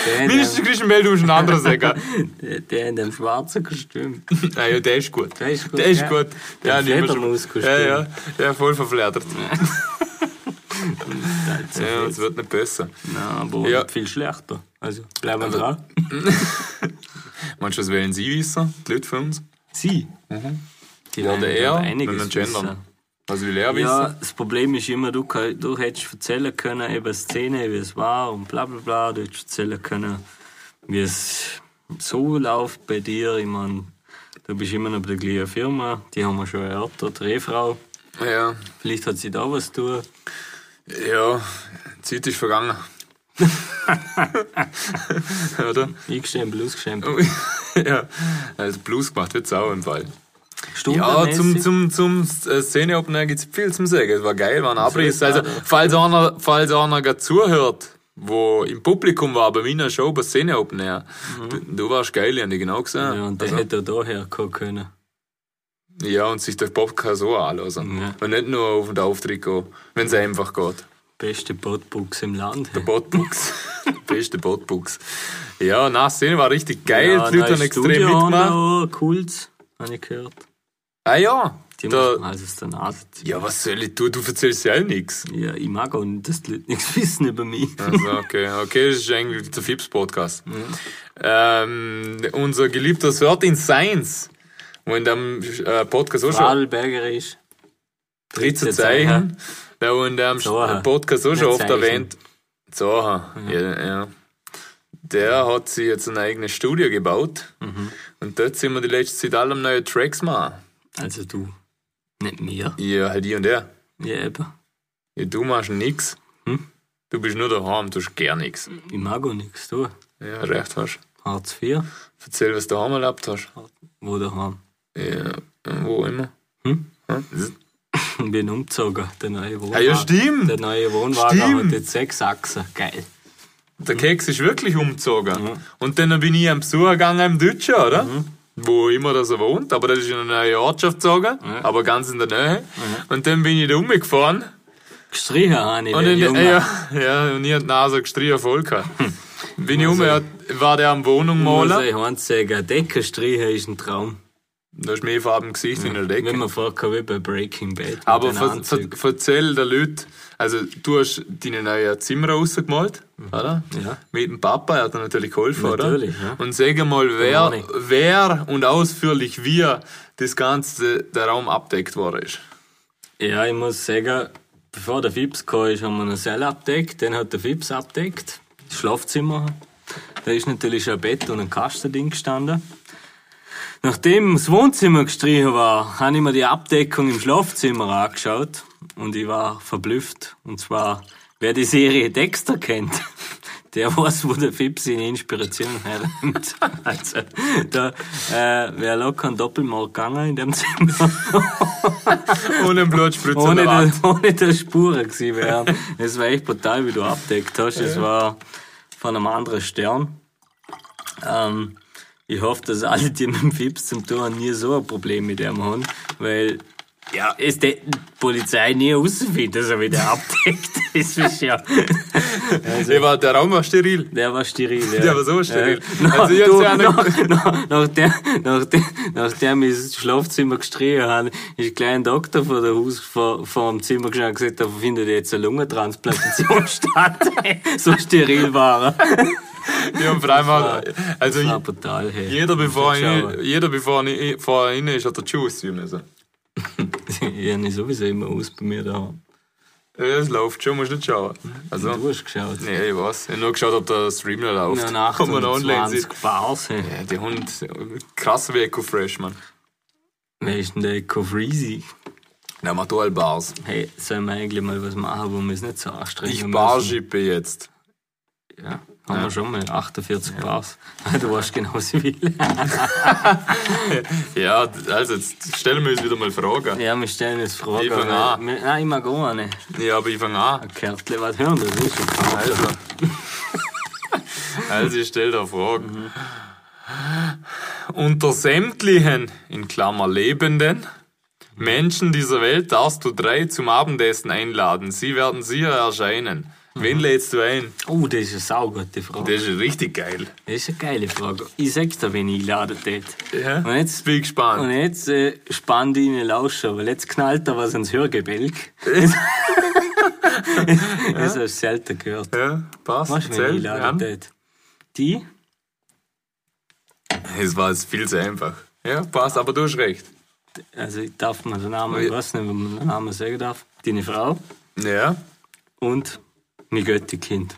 Der, Mindestens Christian Bale, du bist ein anderer Säcker. in dem- der, der in dem schwarzen Kostüm. ah, ja, der ist gut. Der ist gut, Der ist ja. gut. Der Ja, nehmen wir schon. Fledermauskostüm. Ja, ja, der ist voll verflattert. Also, Ja, es wird nicht besser. Na, aber Ja. nicht viel schlechter. Also bleiben wir dran. Meinst du, das wählen Sie wissen? Die Leute für uns? Sie. Die Ja, werden der er, dann wenn wir gendern. wissen. Was will er Ja, wissen? das Problem ist immer, du, kann- du hättest erzählen können, eben Szene, wie es war und bla bla bla. Du hättest erzählen können, wie es so läuft bei dir. Ich meine, du bist immer noch bei der gleichen Firma. Die haben wir schon erörtert, Drehfrau. Ja. Vielleicht hat sie da was zu tun. Ja, Zeit ist vergangen. Oder? Eingestempelt, ausgestempelt. ja, also Blues gemacht wird's auch im Fall. Ja, Stundenmäßig. zum, zum, zum äh, Szene-Opener gibt's viel zum sagen. Es war geil, war ein Abriss. ist Also, klar, falls einer, falls einer gerade zuhört, wo im Publikum war, bei meiner Show, bei Szene-Opener, du, du warst geil, habe ich genau gesehen. Mhm. Ja, und der also, hätte da herkommen können. ja, und sich der Podcast so anlassen. Ja. Und nicht nur auf den Auftritt gehen, wenn's einfach geht. Beste Botbuchs im Land. hey. Botbuchs. Beste Botbuchs. Ja, na, Szene war richtig geil. Ja, die Leute neues haben extrem Studio haben mitgemacht. da, Cools, habe ich gehört. Ah ja. Die Da, machen alles aus der Nase. ziehen. ja, was soll ich tun? Du erzählst ja auch nichts. Ja, ich mag auch nicht, dass die Leute nichts wissen über mich. Also, okay, okay, das ist eigentlich der Fips-Podcast. Mhm. Ähm, unser geliebter Sörtin Science, wo in dem äh, Podcast auch schon Adelbergerisch. dritte dritte Zeichen, der wo in dem Zaha. Podcast auch schon Nicht Mhm. oft Zeichen. erwähnt, Zaha, ja. ja. Der hat sich jetzt ein eigenes Studio gebaut Mhm. und dort sind wir die letzte Zeit alle am neuen Tracks machen. Also du. Nicht mir. Ja, halt ich und er. Ja, eben. Ja, du machst nix. Hm? Du bist nur daheim, tust gar nichts. Ich mag auch nichts tun. Ja, recht hast. Hartz IV, Erzähl, was du daheim erlebt hast. wo daheim. Ja, wo immer. Hm? Hm? Ich bin umgezogen. Der neue Ah, Wohnwagen. ja, stimmt. Der neue Wohnwagen Stimmt. hat jetzt sechs Achsen. Geil. Der Keks ist wirklich umgezogen. Und dann bin ich am Besuch gegangen im Deutscher, oder? Wo immer das er wohnt, aber das ist in einer neuen Ortschaft gezogen, aber ganz in der Nähe. Und dann bin ich da umgefahren. Gestrichen habe ich Und den in, Jungen. ja, ja, und ich hatte die Nase gestrichen voll gehabt. Bin ich um, er hat- war der am Wohnung Muss malen. ich eins sagen, Decke streichen ist ein Traum. Da ist Schmähfarben im Gesicht in der Wenn Decke. man vorkommt wie bei Breaking Bad. mit Aber den ver, ver, Anzügen. erzähl den Leuten, also du hast deine neue Zimmer rausgemalt, oder? Mhm. Ja. Mit dem Papa, er hat dir natürlich geholfen, Natürlich, oder? ja. Und sag mal, wer, Arne. wer und ausführlich wir das ganze der Raum abdeckt worden ist. Ja, ich muss sagen, bevor der Fips kam, ist, haben wir einen Seil abdeckt, den hat der Fips abdeckt, das Schlafzimmer. Da ist natürlich ein Bett und ein Kastending gestanden. Nachdem das Wohnzimmer gestrichen war, habe ich mir die Abdeckung im Schlafzimmer angeschaut und ich war verblüfft. Und zwar, wer die Serie Dexter kennt, der weiß, wo der Fips seine Inspiration hernimmt. Also, da äh, wäre locker ein Doppelmord gegangen in dem Zimmer Ohne einen Blutspritzer ohne, in der Wand. der, ohne der Spuren gewesen wären. Es war echt brutal, wie du abdeckt hast. Es war von einem anderen Stern. Ähm, ich hoffe, dass alle, die mit dem Fips zum Tor nie so ein Problem mit dem haben, weil ja, es die Polizei nie herausfindet, dass er wieder abdeckt. Das ist ja. Der war- Der Raum war steril. Der war steril. Ja. Der war so steril. Ja. Also ich du, hab's ja nach, nicht- nach, nachdem, nachdem, nachdem ich ins Schlafzimmer gestrichen habe, ist gleich ein Doktor vor, der Haus, vor, vor dem Zimmer geschaut und gesagt, da findet jetzt eine Lungentransplantation statt. so steril war er. Ja, und vor allem hat, also Das war brutal, hey. jeder bevor, Ich hab's ihn, jeder bevor ihn, vor ihn ist, hat der Juice ziehen müssen. geschaut. Ich habe sowieso immer aus bei mir da. Es läuft schon, musst nicht schauen. Mhm. Also, Du hast geschaut. Nee, ich weiß. Ich habe nur geschaut, ob der Stream noch läuft. Ja, nach Ob man noch online 20 sieht. um Bars, hey. Ja, die Hund, krass wie Eco Fresh, man. Wer ist denn der Eco Freezy? Na, mach du halt Bars. Hey, sollen wir eigentlich mal was machen, wo wir es nicht so anstrengen Ich müssen? barschippe jetzt. Ja, haben wir schon mal. 48 Bars. Du weißt genau, was ich will. Ja, also jetzt stellen wir uns wieder mal Fragen. Ja, wir stellen jetzt Fragen. Ich fang an. weil wir- Nein, ich mag auch eine. Ja, aber ich fange an. Kärtle, was hören das ist schon krass. Also. also, ich stelle da Fragen. Unter sämtlichen, in Klammer lebenden, Menschen dieser Welt darfst du drei zum Abendessen einladen. Sie werden sicher erscheinen. Mhm. Wen lädst du ein? Oh, das ist eine saugute Frage. Das ist richtig geil. Das ist eine geile Frage. Ich sag's dir, wenn ich geladen hätte. Ja. Und jetzt, Bin gespannt. und jetzt äh, spann dich in den Lauscher, weil jetzt knallt da was ans Hörgebälk. das hast du selten gehört. Ja, passt. Weißt du, wenn ich Zählt, geladen ja. hätte? Die? Es war jetzt viel zu einfach. Ja, passt, aber du hast recht. Also, ich darf mir den Namen, ich weiß nicht, ob man den Namen sagen darf. Deine Frau? Ja. und mein Götterkind.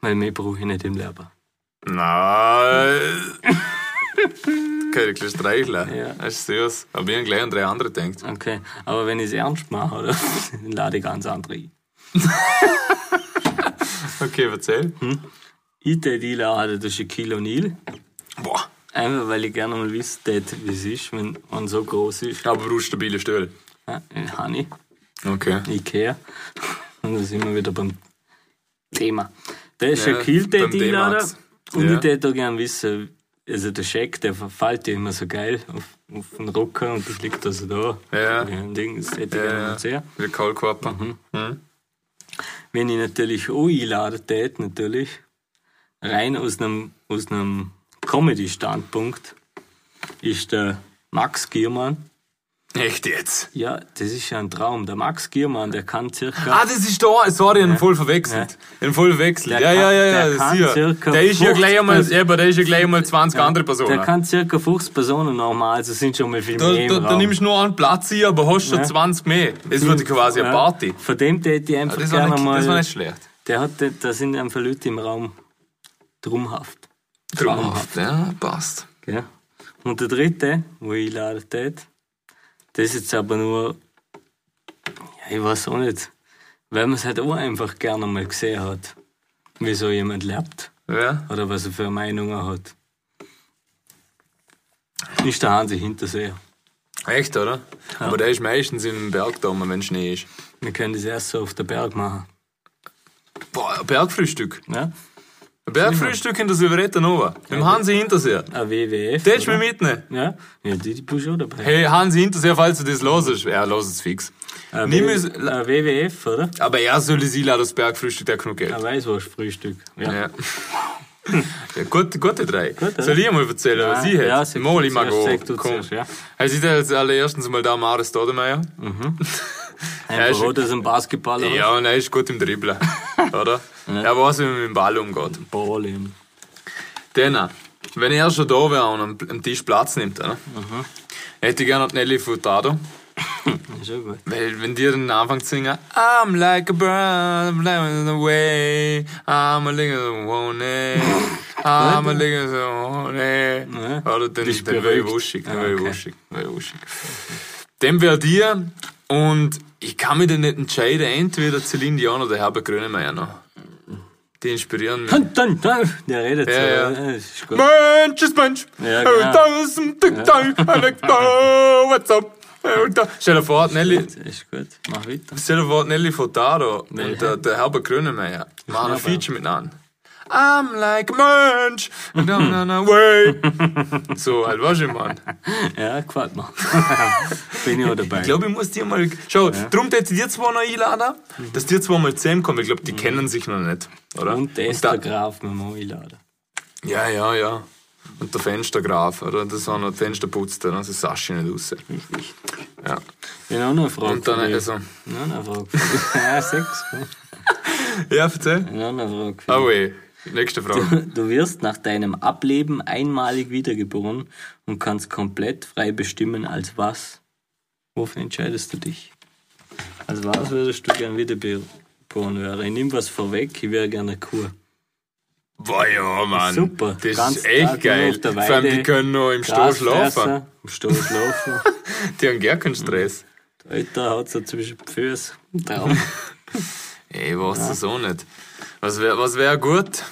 Weil mehr brauche ich nicht im Leben. Na. äh, Kann ich gleich streicheln. Ja. Das ist süß. Aber ich hab gleich an drei andere denkt. Okay, aber wenn ich es ernst mache, oder? dann lade ich ganz andere ein. Okay, erzähl. Ich tät einladen, das ist Shaquille O'Neal. Boah. Einfach, weil ich gerne mal wissen tät, wie es ist, wenn man so groß ist. Aber du brauchst stabile Stühle. Ja, in Honey, Okay. Ikea. Und da sind wir wieder beim Thema. Der ist Ja, Shaquille tät beim einladen. D-Max. Und Ja. ich tät auch gerne wissen, also der Scheck, der verfällt ja immer so geil auf, auf den Rücken und das liegt also da. Ja. Wie ein Ding, das hätte ich Ja, gerne ja. mal sehen. Wie Kaulquapper. wenn ich natürlich auch einladen tät, natürlich, rein aus einem, aus einem Comedy-Standpunkt, ist der Max Giermann. Echt jetzt? Ja, das ist ja ein Traum. Der Max Giermann, der kann circa. Ah, das ist da. Sorry, ich hab ihn voll verwechselt. Ich hab ihn voll verwechselt. Der Ja, kann- ja, ja, ja. der kann Der, circa der ist ja 50 gleich einmal, eben, der ist ja gleich einmal 20 andere der Personen. kann circa 50 Personen nochmal, also sind schon mal viel Da, mehr. im da, da Raum. nimmst du nur einen Platz hier, aber hast schon Ja. 20 mehr. Es wird quasi eine Ja, Party. Ah, Von dem tät ich einfach Also Das war, gerne nicht, mal. das war nicht schlecht. Der hat, da sind einfach Leute im Raum drumhaft. Traumhaft, ja, passt. Gell? Und der dritte, wo ich einladen tät, das ist jetzt aber nur, ja, ich weiß auch nicht, weil man es halt auch einfach gerne mal gesehen hat, wie so jemand lebt Ja. oder was er für Meinungen hat. Ist der Hansi Hinterseher. Echt, oder? Aber der ist meistens im Berg da, wenn Schnee ist. Wir können das erst so auf der Berg machen. Boah, ein Bergfrühstück. Ja? Ein Bergfrühstück in der Silveretta Nova. Mit dem Hansi Hinterseher. Ein WWF. Der ist oder? mir mitnehmen. ja? ja, die, die bist du auch dabei. Hey, Hansi Hinterseher, falls du das hörst. Ja, los es fix. Ein nimm W- es- ein WWF, oder? Aber er soll es einladen, das Bergfrühstück, der hat genug Geld. Ein Weißwurstfrühstück. Ja. Ja. ja gut, gute drei. Gut, Soll ich mal erzählen, Ja, was ich hätte? ja, sag mal, du ich mag zuerst, auch. sag du Komm. zuerst, ja. Also ich hätte als allererstens mal da Maris Dodemeyer. Ja, Ein ist- Brot ist ein Basketballer. Ja, und er ist gut im Dribbeln, oder? Er weiß, wie man mit dem Ball umgeht. Ball eben. Dann, wenn er schon da wäre und am, am Tisch Platz nimmt, oder? hätte ich gerne die Nelly Furtado. Ist auch gut. Weil, wenn die dann anfangen zu singen, I'm like a bird, I'm flying away, I'm a little honey, I'm a little honey. Ja. Oder dann, Dich dann wäre ich beruhigt. wuschig, dann Ah, wäre ich okay. wuschig, wäre ich wuschig. Dem wäre die und ich kann mich dann nicht entscheiden, entweder Celine Dion oder Herbert Grönemeyer noch. Die inspirieren mich. Dun, dun, dun. Der redet so. ja. Ja, das ist gut. Mensch ist Mensch. Ja, genau. Tausend Teil, what's up? Stell dir vor, Nelly, Das ist gut. Mach weiter. Stell dir vor, Nelly Furtado und der, der Herbert Grönemeyer machen ein Feature miteinander. I'm like a Mensch, down on a way. So, halt, weißt du, Mann. Ja, gefällt mir. Bin ich auch dabei. Ich glaube, ich muss dir mal. Mhm. Schau, drum hätte ich dir zwei noch einladen, dass dir zwei mal zusammenkommen. Ich glaube, die kennen sich noch nicht, oder? Und der ist da- der Graf mit dem Einladen. Ja, ja, ja. Und der Fenstergraf, oder? Das haben noch die Fenster putzt, dann ist Sascha nicht raus. Ja. Ich habe auch noch eine Frage. Und dann, für dich. also. Noch eine Frage. für dich. ja, sechs. gell? Ja, erzähl. Noch eine Frage. für Ah, weh. Nächste Frage. dich. Du wirst nach deinem Ableben einmalig wiedergeboren und kannst komplett frei bestimmen, als was. Wofür entscheidest du dich? Als was würdest du gern wiedergeboren werden? Ich nehme was vorweg, ich wäre gerne eine Kuh. Boah, ja, Mann. Super. Das Ganz ist Tag echt nur geil. auf der Vor allem, die Weide. können noch im Gras Stoß laufen. fressen, Im Stoß laufen. Die haben gar keinen Stress. Mhm. Alter hat so zwischen die Füße. Traum. Ey, was ja. das auch nicht. Was wäre was wär gut?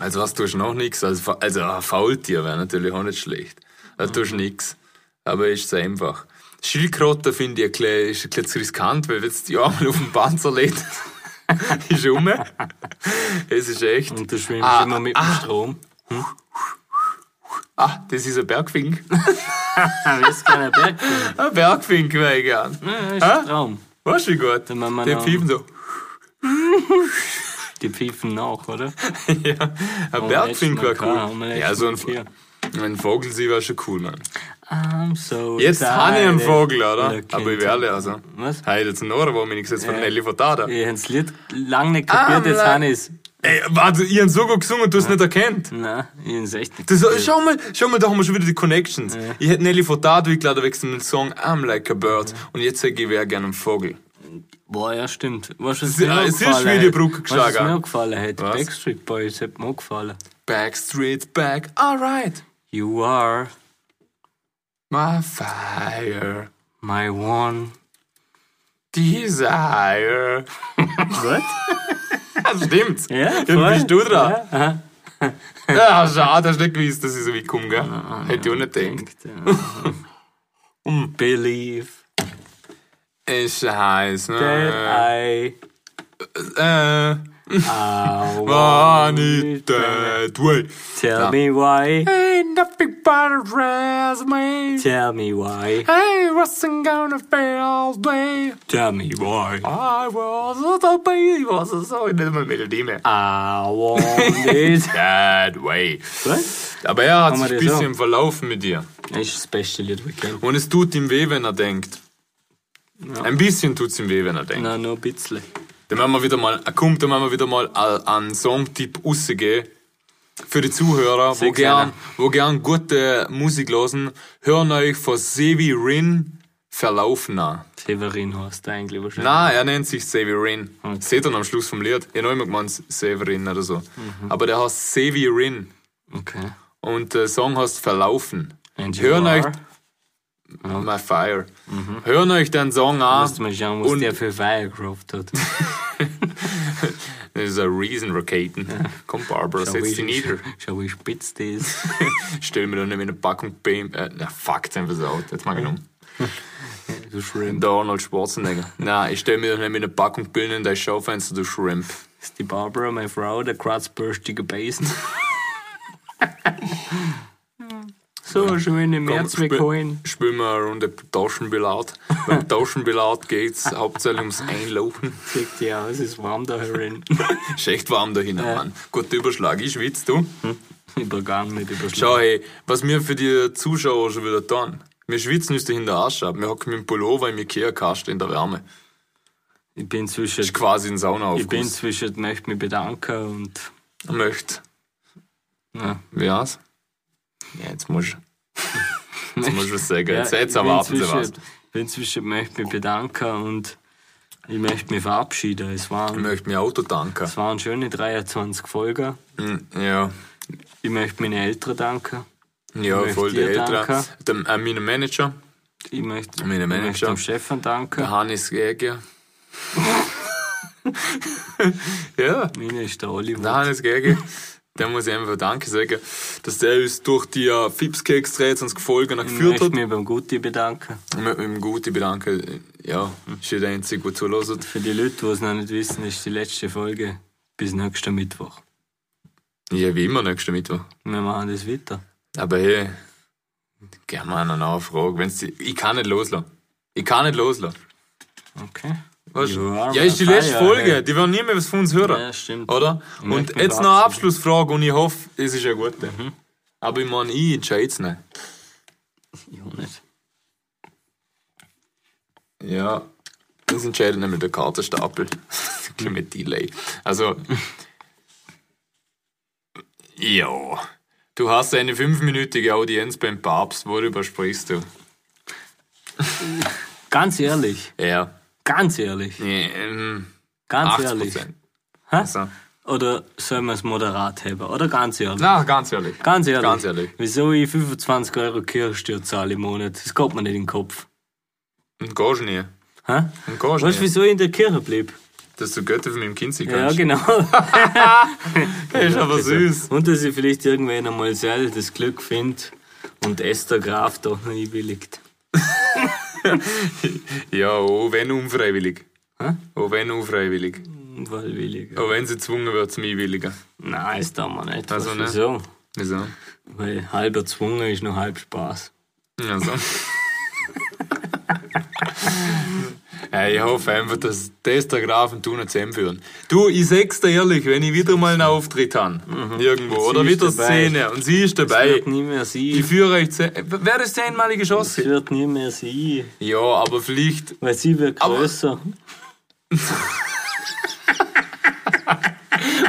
Also, was tust du noch nichts? Also, fa- also ein Faultier wäre natürlich auch nicht schlecht. Mhm. Da tust du nichts. Aber ist so einfach. Schildkröte finde ich ein klein- ist ein bisschen zu riskant, weil wenn es die Arme auf dem Panzer lädt, ist um. Es ist echt. Und du schwimmst Ah, immer mit dem Strom. Ah, das ist ein Bergfink. Ah, das ist kein Berg. Ein Bergfink wäre ich gern. Das ist ein Traum. Weißt du, wie gut? Dann machen wir Die noch- pfeifen so. Die pfeifen nach, oder? Ja, Oh, ein Bergfink war cool. Ja, so ein, Vier. ein Vogel, sie war schon cool, Mann. I'm so Jetzt habe ich einen Vogel, oder? Looking Aber ich werde also. Was? Hey, jetzt ein Ohr, warum ich nichts jetzt von Ja. Nelly Furtado. Ich habe das Lied lange nicht kapiert, I'm jetzt like- habe ich es. Ey, warte, ich habe so gut gesungen und du hast nicht erkannt. Nein, ich habe es echt nicht Das, kapiert. schau mal, schau mal, da haben wir schon wieder die Connections. Ich hätte Nelly Furtado eingeladen wegen dem Song I'm Like a Bird und jetzt sage ich, ich wäre gerne ein Vogel. Boah, ja, stimmt. Weißt du, was Sie- mir auch es ist gefallen wie die hat? Brücke Weißt du, Was geschlagen. mir auch gefallen hat? Was? Backstreet Boys hat mir auch gefallen. Backstreet's back, alright. You are My fire, my one. desire. What? Das stimmt. Ja, Dann bist du dran. Ja, aha. Ja, schade, hast du nicht gewusst, dass ich so weit komme, gell? Ah, Hätte ich auch nicht gedacht. Denkt, ja. Believe Ist heiß, that ne? I Äh, Wann one it that way. Tell me why. Ain't nothing but a resume. Tell me why. I wasn't gonna fail all day. Tell me why. I was a little baby. Was a so. Ich nenne mal Melodie mehr. Ah. I want it. That way. Was? Aber er hat Haben wir sich ein das auch? bisschen verlaufen mit dir. Das ist das beste Lied, das ich kenne. Und es tut ihm weh, wenn er denkt. Ein bisschen tut es ihm weh, wenn er denkt. Nein, nur ein bisschen. Dann machen wir wieder mal, er kommt, dann machen wir wieder mal a- einen Songtipp rausgehen. Für die Zuhörer, wo Sechs gern, einer. wo gern gute Musik hören, hören euch von Severin Verlaufen an. Severin heißt er eigentlich wahrscheinlich. Nein, er nennt sich Severin. Seht ihr ihn am Schluss vom Lied? Ich habe immer gemeint Severin oder so. Aber der heißt Severin. Okay. Und der Song heißt Verlaufen. And you Hören euch are? My Fire. Hören euch den Song an. Müsste mal schauen, was Und- der für Weihe gerauft hat. Das ist ein Reason Rocketen. Komm, Barbara, setz dich nieder. Schau, wie spitz die ist. Stell mir dann nicht mehr eine Packung BM. Äh, na, fuck, jetzt haben wir es out. Jetzt mach ich um. Du Shrimp. Der Arnold Schwarzenegger. Nein, ich stell mir doch nicht mehr eine Packung Pillen in dein Schaufenster, du Shrimp. Ist die Barbara, meine Frau, der kratzbürstige Besen. so, schöne Märzwegholen. Spielen wir eine Runde Taschenbillard. Beim Taschenbillard geht's hauptsächlich ums Einlaufen. Sieht die aus, ist warm da herin. Ist echt warm da hinten, Mann. Guter Überschlag, ich schwitz, du. Übergang, nicht überschlagen. Schau, hey, was wir für die Zuschauer schon wieder tun. Wir schwitzen uns dahinter Arsch ab. Wir hocken mit dem Pullover im Ikea-Kasten in der Wärme. Ich bin zwischen. Ist quasi ein Ich bin Saunaaufguss. zwischen, möchte mich bedanken und. Möchte. Ja. Was? Ja, jetzt musst du. Jetzt musst du was sagen. Jetzt, Ja, jetzt ich bin erwarten sie zwischen- was. Ich bin zwischen, möchte mich bedanken und ich möchte mich verabschieden. Es Ich waren, möchte mein Auto tanken. es waren schöne 23 Folgen. Hm, Ja, Ich möchte meine Eltern danken. ja möchte voll die dir Eltern. danken. Dem, äh, meinem Manager, Ich möchte, Meine ich Manager. möchte dem Stefan danken. Hannes Geiger. ja, Meine ist der der Oliver. Hannes Geiger. Der muss ich einfach Danke sagen, dass der uns durch die äh, Fipskeks 23 Folgen Ich geführt möchte hat. mich beim Guti bedanken. Ich möchte mich Gute bedanken. Ja, Hm. ist ja der Einzige, der zulässt. Für die Leute, die es noch nicht wissen, ist die letzte Folge bis nächsten Mittwoch. Ja, wie immer, nächsten Mittwoch. Wir machen das weiter. Aber hey, gerne mal eine neue Frage. Wenn's die, ich kann nicht loslassen. Ich kann nicht loslassen. Okay. Weißt? You are Ja, ist die my letzte fire, Folge. hey. Die werden nie mehr was von uns hören. Ja, stimmt. Oder? Ich möchte Und mich jetzt noch eine verabschieden. Abschlussfrage und ich hoffe, es ist eine gute. Aber ich meine, ich entscheide es nicht. Ich auch nicht. Ja, das entscheidet nämlich der Kartenstapel. Ein mit Delay. Also. ja. Du hast eine fünfminütige Audienz beim Papst. Worüber sprichst du? Ganz ehrlich, Ja. ganz ehrlich, Ähm, ganz 80 ehrlich. Prozent. Hä? Also. Oder sollen wir es moderat haben? Oder ganz ehrlich? Na, ganz ehrlich. Ganz ehrlich. Ganz ehrlich. Wieso ich 25 Euro Kirchsteuer zahle im Monat? Das kommt mir nicht in den Kopf. Und gehst nie. Hä? Und gehst Weißt du, nie. wieso ich in der Kirche blieb? Dass du Götter von meinem Kind sein Ja, kannst. genau. Das ist aber süß. Und dass ich vielleicht irgendwann einmal selber das Glück finde und Esther Graf doch noch einwilligt. Ja, oh, wenn unfreiwillig. Hä? Oh, wenn unfreiwillig. Weil willig. Oh, wenn sie gezwungen wird zum Einwilligen. Nein, ist da mal nicht. Also Weißt du, nicht? Wieso? Wieso? Weil halb erzwungen ist noch halb Spaß. Also. ja, ich hoffe einfach, dass das der Graf und du nicht zusammenführen. Du, ich sag's dir ehrlich, wenn ich wieder mal einen Auftritt habe, irgendwo, oder Mhm. ist wieder dabei. Szene, und sie ist Es dabei, wird nie mehr ich sein. führe euch zu. Wäre das zehnmalige Es Chance? wird nie mehr sein. Ja, aber vielleicht Weil sie wird Aber- größer.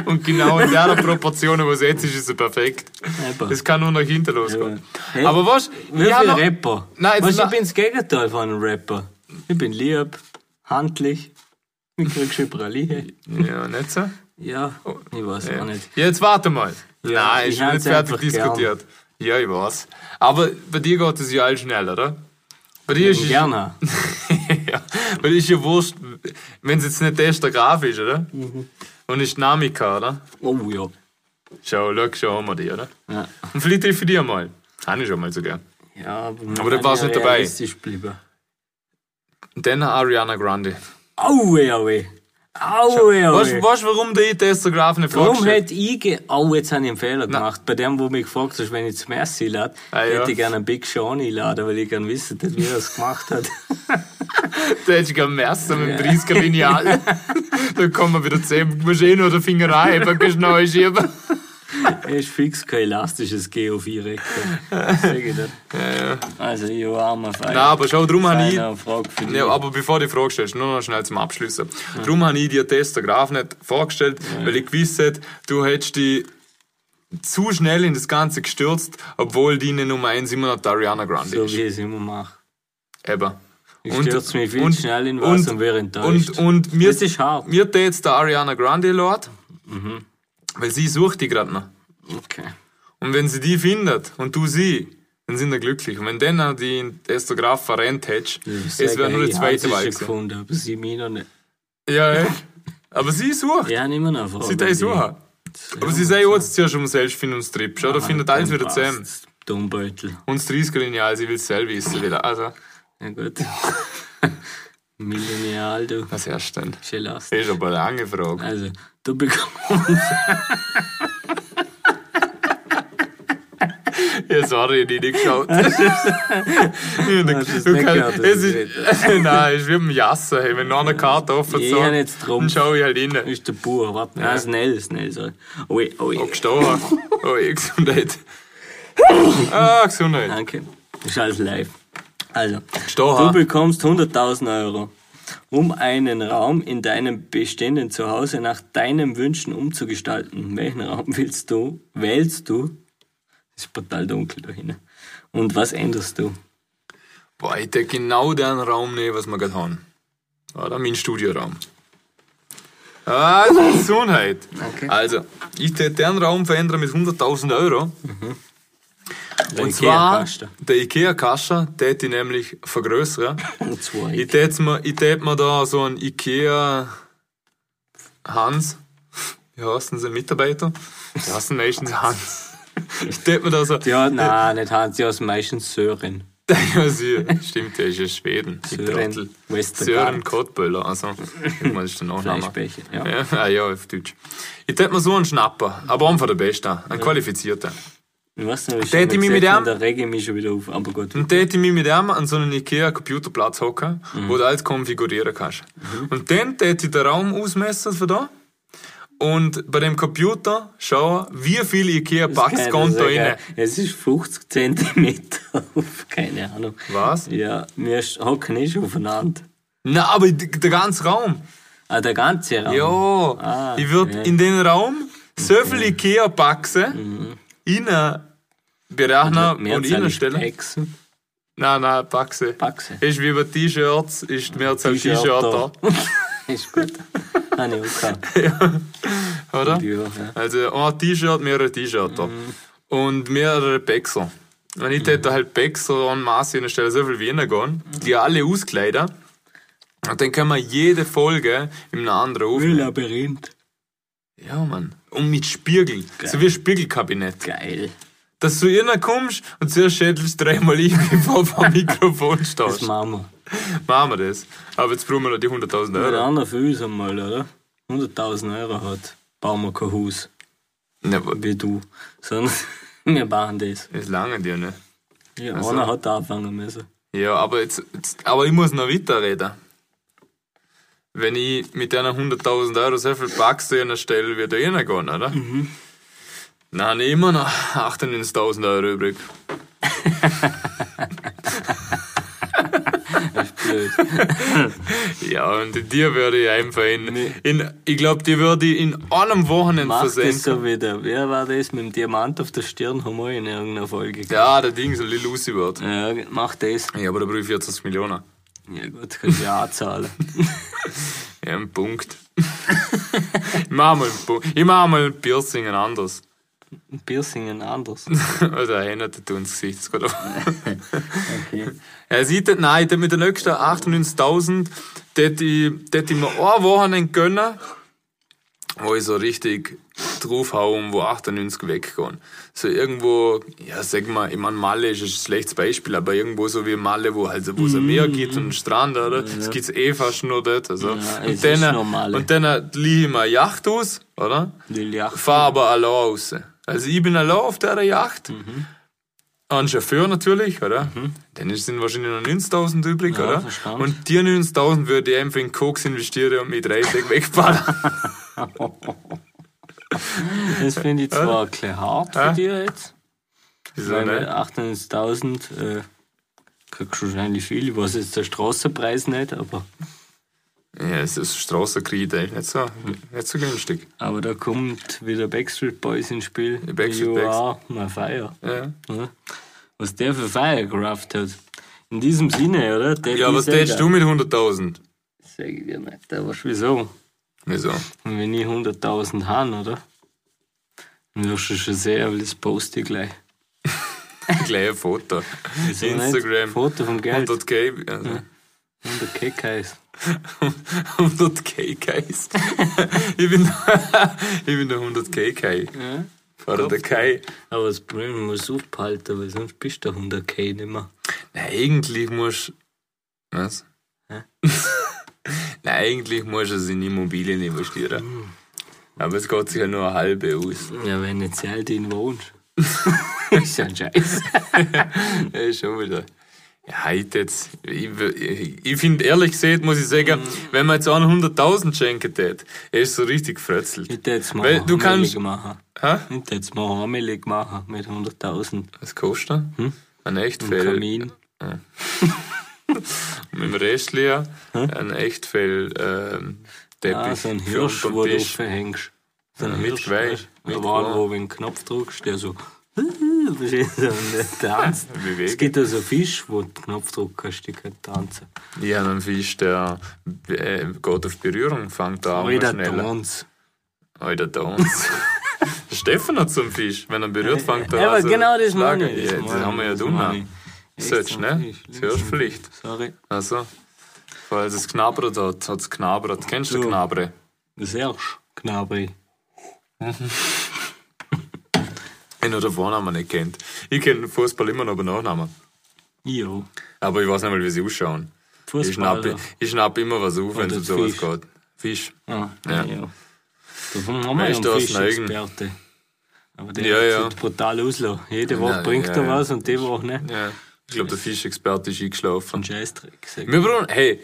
Und genau in der Proportion, wo es jetzt ist, ist er perfekt. Eben. Das kann nur nach hinten losgehen. Hey, Aber was? Wie ich hab viel noch- Rapper? Nein, jetzt Weißt du, ich noch- bin das Gegenteil von einem Rapper. Ich bin lieb, handlich. Ich krieg schon Praline. Ja, nicht so? Ja, ich weiß Ja. auch nicht. Jetzt warte mal. Nein, ich ich bin hab's jetzt fertig einfach diskutiert. Ja, ich weiß. Aber bei dir geht es ja all schnell, oder? Bei dir ist ja, Gerne. bei dir ist ja wurscht, wenn es jetzt nicht der erste Graf ist, oder? Mhm. Und ist Namika, oder? Oh ja. Schau, schau, schon haben wir die, oder? Ja, Und vielleicht treffe ich dich einmal. Habe ich schon mal sogar. ja aber, Aber da war's nicht dabei. Realistisch bleiben. Und dann Ariana Grande. Aue, aue. Aue, Weißt Aue. du, warum der ITS-Graf nicht Warum vorgestellt hätte ich, ge oh, jetzt habe ich einen Fehler gemacht. Bei dem, wo mich gefragt hast, wenn ich zu Messi lade, Ah, ja. hätte ich gerne einen Big Sean einladen, weil ich gerne wissen hätte, wie er es gemacht hat. Der hätte ich gerne Messer mit dem 30er Lineal. da kommen wir wieder zusammen. Du musst eh nur den Finger rein, dann kannst du neu schieben. er ist fix kein elastisches GO4-Rektor. Sag ich dir. Also, ich war armer Feier. Nein, aber schau, darum habe ich. Eine Frage für dich. Ja, aber bevor du die Frage stellst, nur noch schnell zum Abschließen. Darum habe ich dir Test der Graf nicht vorgestellt, weil ich gewusst hätte, du hättest dich zu schnell in das Ganze gestürzt, obwohl deine Nummer 1 immer noch die Ariana Grande so ist. wie ich es immer mache. Eben. Ich stürze mich viel schnell in was und wäre enttäuscht. Und, und mir, Das ist hart. mir tät jetzt der Ariana Grande Lord, weil sie sucht die gerade noch. Okay. Und wenn sie die findet und du sie, dann sind wir glücklich. Und wenn dann die in Esther Graf verrennt hättest, es wäre nur die zweite Wahl gewesen. gefunden, aber sie mich noch nicht. Ja, ja. Aber sie sucht. Ja, nicht mehr noch eine Frage. Sie da ist suchen. Aber sie sagen jetzt zuerst um Selbstfindungstrip. Ah, Schau, da findet alles wieder zusammen. Dummbeutel. Und das 30 lineal sie will es selber wissen wieder. Also, Ja gut. Millionär, du. was erst denn? Schelast. Das ist aber eine lange Frage. Also, du bekommst... Ja, sorry, ich hab nicht geschaut. Ja, da- hast du es du nicht kannst- gehört, dass es ich ist- Nein, es ist wie beim Jassen. Hey. Wenn noch eine Karte offen Ich so, hab jetzt Trumpf. dann schau ich halt rein. ist der Bauer, warte. Ah, Nein, schnell, schnell. So. Ui, ui. Oh, gestochen. Oh, eh, Gesundheit. Ah, Gesundheit. Danke. Ist alles live. Also, du Gestochen. bekommst 100.000 Euro, um einen Raum in deinem bestehenden Zuhause nach deinem Wünschen umzugestalten. Welchen Raum willst du? Wählst du? Es ist brutal dunkel da hinten. Und was änderst du? Boah, ich hätte genau den Raum nehmen, was wir gerade haben. Oder? Mein Studioraum. Ah, Gesundheit. Also, ich hätte den Raum verändern mit 100.000 Euro. Und zwar, Ikea-Kasten. der Ikea-Kascher, der hätte ich nämlich vergrößern. Und zwar Ich tät mir, ich tät mir da so einen Ikea Hans, wie heißt denn sein Mitarbeiter? Die heißen meistens Hans. Ich tät mir da so, Ja, nein, nicht Hans, ja, ist meistens Sören. ja, sie, stimmt, der ist ja Schweden. Ich Sören Trottel. Westergaard. Sören Kottböller, also, irgendwann ist der Nachname. Fleischbecher, ja. Ja, ah, ja, auf Deutsch. Ich tät mir so einen Schnapper, aber einen von der Besten, einen qualifizierten. Ich weiß nicht, was Der hätte mich mit dem- Da rege ich mich schon wieder auf, aber gut. Und da hätte ich mich mit dem an so einen Ikea-Computerplatz hocken, wo du alles konfigurieren kannst. Und dann hätte ich den Raum ausmessen von da. Und bei dem Computer schauen, wie viel Ikea packt das Konto rein. rein. Es ist 50 Zentimeter auf, keine Ahnung. Was? Ja, wir sch- hocken eh schon aufeinander. Na, aber d- der ganze Raum. Ah, der ganze Raum. Ja. Ah, ich würde ja. in den Raum so viel Ikea packen, innen berechnen und Mehrzahl innen ist stellen. Pexen. Nein, nein, packse. Packse. Ist wie bei T-Shirts, ist die Mehrzahl T-Shirt T-Shirt da. Ist gut. Habe ich auch gehabt. Oder? Ja, ja. Also ein T-Shirt, mehrere T-Shirts. Und mehrere Päckser. Und ich hätte halt Päckser an Maß in der Stelle so viel wie gehen, die alle auskleiden. Und dann können wir jede Folge in einer anderen aufnehmen. Müllabyrinth. Ja, Mann. Und mit Spiegel. So wie ein Spiegelkabinett. Geil. Dass du innen kommst und zuerst schädelst dreimal ein, bevor du am Mikrofon Das stehst. machen wir. Machen wir das. Aber jetzt brauchen wir noch die 100.000 Oder Euro. einer für uns einmal, oder? 100.000 Euro hat, bauen wir kein Haus, Na, Ne, wo- wie du. Sondern wir bauen das. das lange dir, ne? Ja, Also- einer hat anfangen müssen. Ja, aber jetzt, jetzt aber ich muss noch weiterreden. Wenn ich mit einer 100.000 Euro so viel Backsteine stelle, wird er reingehen, oder? Mhm. Dann habe ich immer noch 98.000 Euro übrig. Blöd. Ja, und die würde ich einfach in, in ich glaube, die würde ich in einem Wochenende Mach das versenken. so wieder. Wer war das mit dem Diamant auf der Stirn? Haben wir in irgendeiner Folge gehabt. Ja, der Ding so Lil Lucy wird. Ja, mach das. Ja, aber da brauche ich 40 Millionen. Ja gut, kannst du ja auch zahlen. Ja, ein Punkt. ich mache mal einen Punkt. Ich mache mal ein Piercing ein anderes. Ein Piercing ein anderes. Also einer tut ins Gesicht. das geht auch. Er sieht, das- nein, das mit den nächsten 98.000, das ich, das ich mir eine Woche nicht gönnen wo ich so richtig draufhauen, wo 98 weggehen. So irgendwo, ja, sag mal, ich meine, Malle ist ein schlechtes Beispiel, aber irgendwo so wie Malle, wo halt so, wo es ein Meer gibt und einen Strand, oder? Das gibt's eh fast nur dort, also. es und ist dann, nur Malle. und dann liege ich mir eine Yacht aus, oder? Fahr aber allein raus. Also ich bin allein auf der Yacht. Ein Chauffeur natürlich, oder? Dann sind wahrscheinlich noch 90.000 übrig, Ja, oder? verstanden. Und die 90.000 würde ich einfach in Koks investieren und mich drei Tage wegfahren. Das finde ich zwar ein bisschen hart für dich jetzt. Wieso Weil mit nicht? 98.000 äh, kriegst du wahrscheinlich viel. Ich weiß jetzt der Straßenpreis nicht, aber, Ja, es ist Straßenkredit, ey. Nicht so, nicht so günstig. aber da kommt wieder Backstreet Boys ins Spiel. Die Backstreet Boys. mal Feier. Ja, Ja. Was der für Feier gerafft hat. In diesem Sinne, oder? Der ja was tätest du mit 100.000? Sag ich dir nicht, aber wieso? Wieso? Und wenn ich 100.000 habe, oder? Dann wirst du schon sehen, aber das poste ich gleich. Gleich ein Foto. Wieso nicht? Instagram. Foto vom Geld. 100k, also 100 Kekais. 100k Geist. ich bin, ich bin der 100k Kai. Ja. Oder der Kai. Aber das Problem muss aufhalten, weil sonst bist du 100k nicht mehr. Na, eigentlich musst Was? Hä? Na, eigentlich musst du es in Immobilien Hm. investieren. Aber es geht sich ja nur eine halbe aus. Ja, wenn jetzt halt in wohnst. ist ja ein Scheiß. Ja, schon wieder. Ja, heute jetzt. Ich, ich, ich finde, ehrlich gesagt, muss ich Hm. sagen, wenn man jetzt auch 100.000 schenken tät, er ist so richtig frötzelt. Ich tät's mal Weil du heimelig kannst- machen. Hä? Ich tät's mal heimelig machen mit 100.000. Was kostet er? Ein Im Echtfell. Hm? Kamin. Mit dem Restleer. Ein Echtfell. Ähm, Teppich. Hm? Ah, so ein für Hirsch, unterm wo du Tisch. verhängst. So ein Ja, mit Hirsch, Quai, weißt du? mit Da war Quai. wo, wenn du den Knopf drückst, der so. verstehst du, Und der tanzt. Bewegt. Es gibt also einen Fisch, wo du den Knopf drückst, die kann tanzen. Ich habe einen Fisch, der äh, geht auf Berührung, fängt da auch Alter, schneller. Tanz. Alter, da uns. Stefan hat so einen Fisch, wenn er berührt, fängt er Ja, aber genau das Schlag- meine ich. Ja, das meine haben wir ja ich, das meine dumm. ich. Search, Echt, ne? Fisch, Das hörst du vielleicht. Sorry. Also, weil es knabbert hat, hat es knabbert. Kennst du So. den Knabre? Das Hirsch, Knabri. Ich nur den Vornamen nicht kennt. Ich kenne den Fußball immer noch beim Nachnamen. Jo. Aber ich weiß nicht mal, wie sie ausschauen. Ich schnappe Fußballer. ich schnapp immer was auf, wenn es um Oder sowas Fisch. geht. Fisch. Ah, Ja. ja. ja. Davon haben wir ja Weißt du, einen aus Fischexperte. Aber der Ja, hat ja. sich brutal auslassen. Jede Woche Nein, bringt ja, er ja. was und die Woche nicht. Ja. Ich glaube, der Fischexperte ist eingeschlafen. Ein Scheißdreck. Sag. Wir brauchen, hey,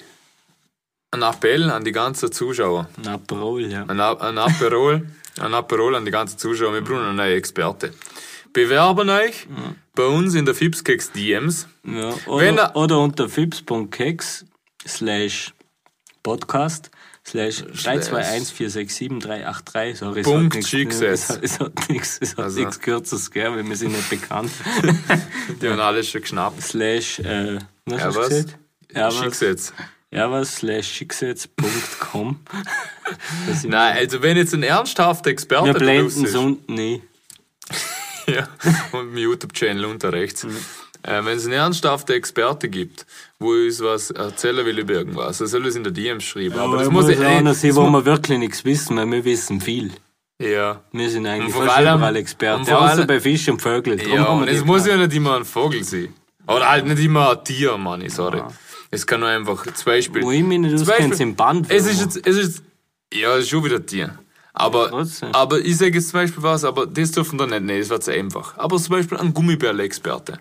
ein Appell an die ganzen Zuschauer. Ein Aperol, ja. Ein, A- ein Aperol, ein Aperol an die ganzen Zuschauer. Wir brauchen einen neuen Experte. Bewerben euch bei uns in der Fipskex DMs. ja. Wenn er- Oder, oder unter fips.kex slash podcast slash 321467383. Sorry, es hat Punkt nix- Schicksals. Es hat- es hat nichts es hat Also. nichts Kürzeres, gell, weil wir sind nicht bekannt. Die haben alles schon geschnappt. slash, äh, was Ja, hast du was? gesagt? Ja, was? Schick's jetzt. Ja, was? Slash schicksals.com. Das sind- Nein, also wenn jetzt ein ernsthafter Experte Wir da blenden draußen so unten ein. ja, und im YouTube-Channel unter rechts. Äh, Wenn es einen ernsthaften Experte gibt, wo uns was erzählen will über irgendwas, er soll es in der DMs schreiben. aber das muss ich auch noch ich. sein, wo wir wirklich nichts wissen, weil wir wissen viel. Ja. Wir sind eigentlich Und vor fast allem- überall und Experten, vor außer allem- bei Fisch und Vögeln. Darum Ja, haben wir und es die muss gemacht. ja nicht immer ein Vogel sein. Oder halt nicht immer ein Tier, Mann, sorry. Es kann nur einfach zum Beispiel. Ah. Wo ich mich nicht zum auskenne, Beispiel- sind Bandwürmer. Es ist jetzt, es ist, ja, es ist schon wieder ein Tier. Aber, trotzdem. aber ich sage jetzt zum Beispiel was, aber das dürfen wir nicht nehmen, das war zu einfach. Aber zum Beispiel ein Gummibärle-Experte,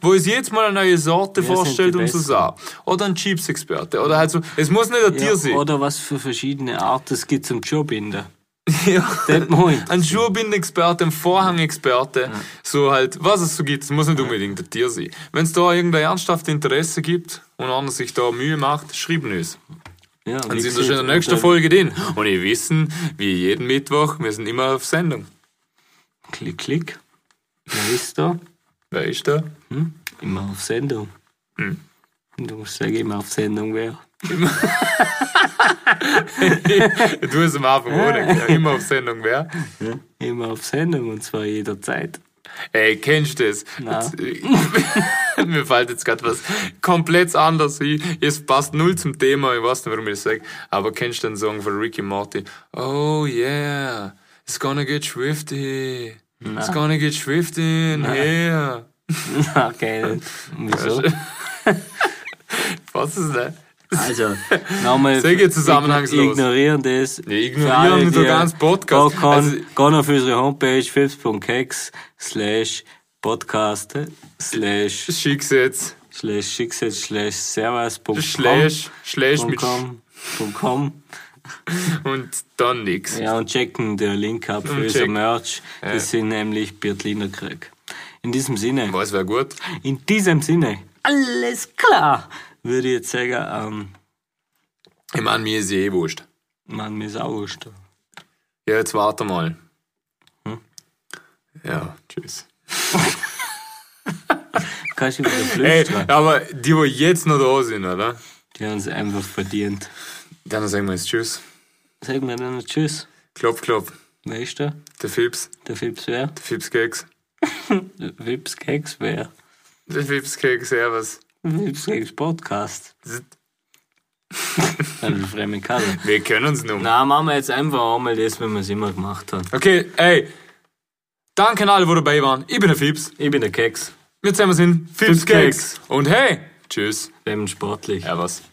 wo es jetzt mal eine neue Sorte sind vorstellt die und so Besten. sah. Oder ein Chips-Experte. Oder halt so, es muss nicht ein Tier sein. Oder was für verschiedene Arten es gibt zum Jobinder. Ja. Das meint. Ein Schuhbinden-Experte, ein Vorhang-Experte, so halt, was es so gibt, es muss nicht unbedingt ein Tier sein. Wenn es da irgendein ernsthaftes Interesse gibt und einer sich da Mühe macht, schreiben uns. Ja, Dann wie sind wir gesagt, schon in der nächsten oder- Folge den. Und ihr wissen, wie jeden Mittwoch, wir sind immer auf Sendung. Klick, klick. Wer ist da? Wer ist da? Immer auf Sendung. Hm. Du musst sagen, immer auf Sendung wer. Du bist am Anfang ohne, gell? immer auf Sendung, wer? Immer auf Sendung und zwar jederzeit. Ey, kennst du das? Jetzt, äh, Mir fällt jetzt gerade was komplett anderes ein. Es passt null zum Thema, ich weiß nicht, warum ich das sage. Aber kennst du den Song von Ricky Martin? Oh yeah, it's gonna get swifty. It's gonna get swifty in here. Okay, wieso? Was ist das? Also, nochmal. Sehr gut zusammenhangslos. Ignorieren das. ignorieren Für alle, den die- ganzen Podcast. Geh, kann, Also- geh auf unsere Homepage fips.kex slash podcast slash Schick's jetzt. slash schicksal slash servus.com Slash, slash mit Sch- .com, .com, .com. und dann nix. Ja, und checken den Link ab für Und unser checken. Merch. Das sind nämlich Bertliner Krieg. In diesem Sinne, Was wäre gut? in diesem Sinne, alles klar, würde ich jetzt sagen, Ich meine, mir ist eh wurscht. ähm, man, mir ist auch wurscht. Ja, jetzt warte mal. Ja, Hm? tschüss. Kannst du wieder Ey, flüstern? aber die, die jetzt noch da sind, oder? Die haben es einfach verdient. Dann sagen wir jetzt Tschüss. Sagen wir dann noch Tschüss. Klopf, klopf. Wer ist der? Der Fips, Der Fips wer? der Fipskeks. Der Fips Keks wer? Der Fipskeks, servus. Fips Keks Podcast. Ein fremde Kalle. Wir können uns nur. Na, machen wir jetzt einfach einmal das, wenn wir es immer gemacht haben. Okay, ey. Danke an alle, die dabei waren. Ich bin der Fips. Ich bin der Keks. Wir sehen uns in Fipskeks. Fipskeks. Und hey, tschüss. Wir haben sportlich. Ja, was?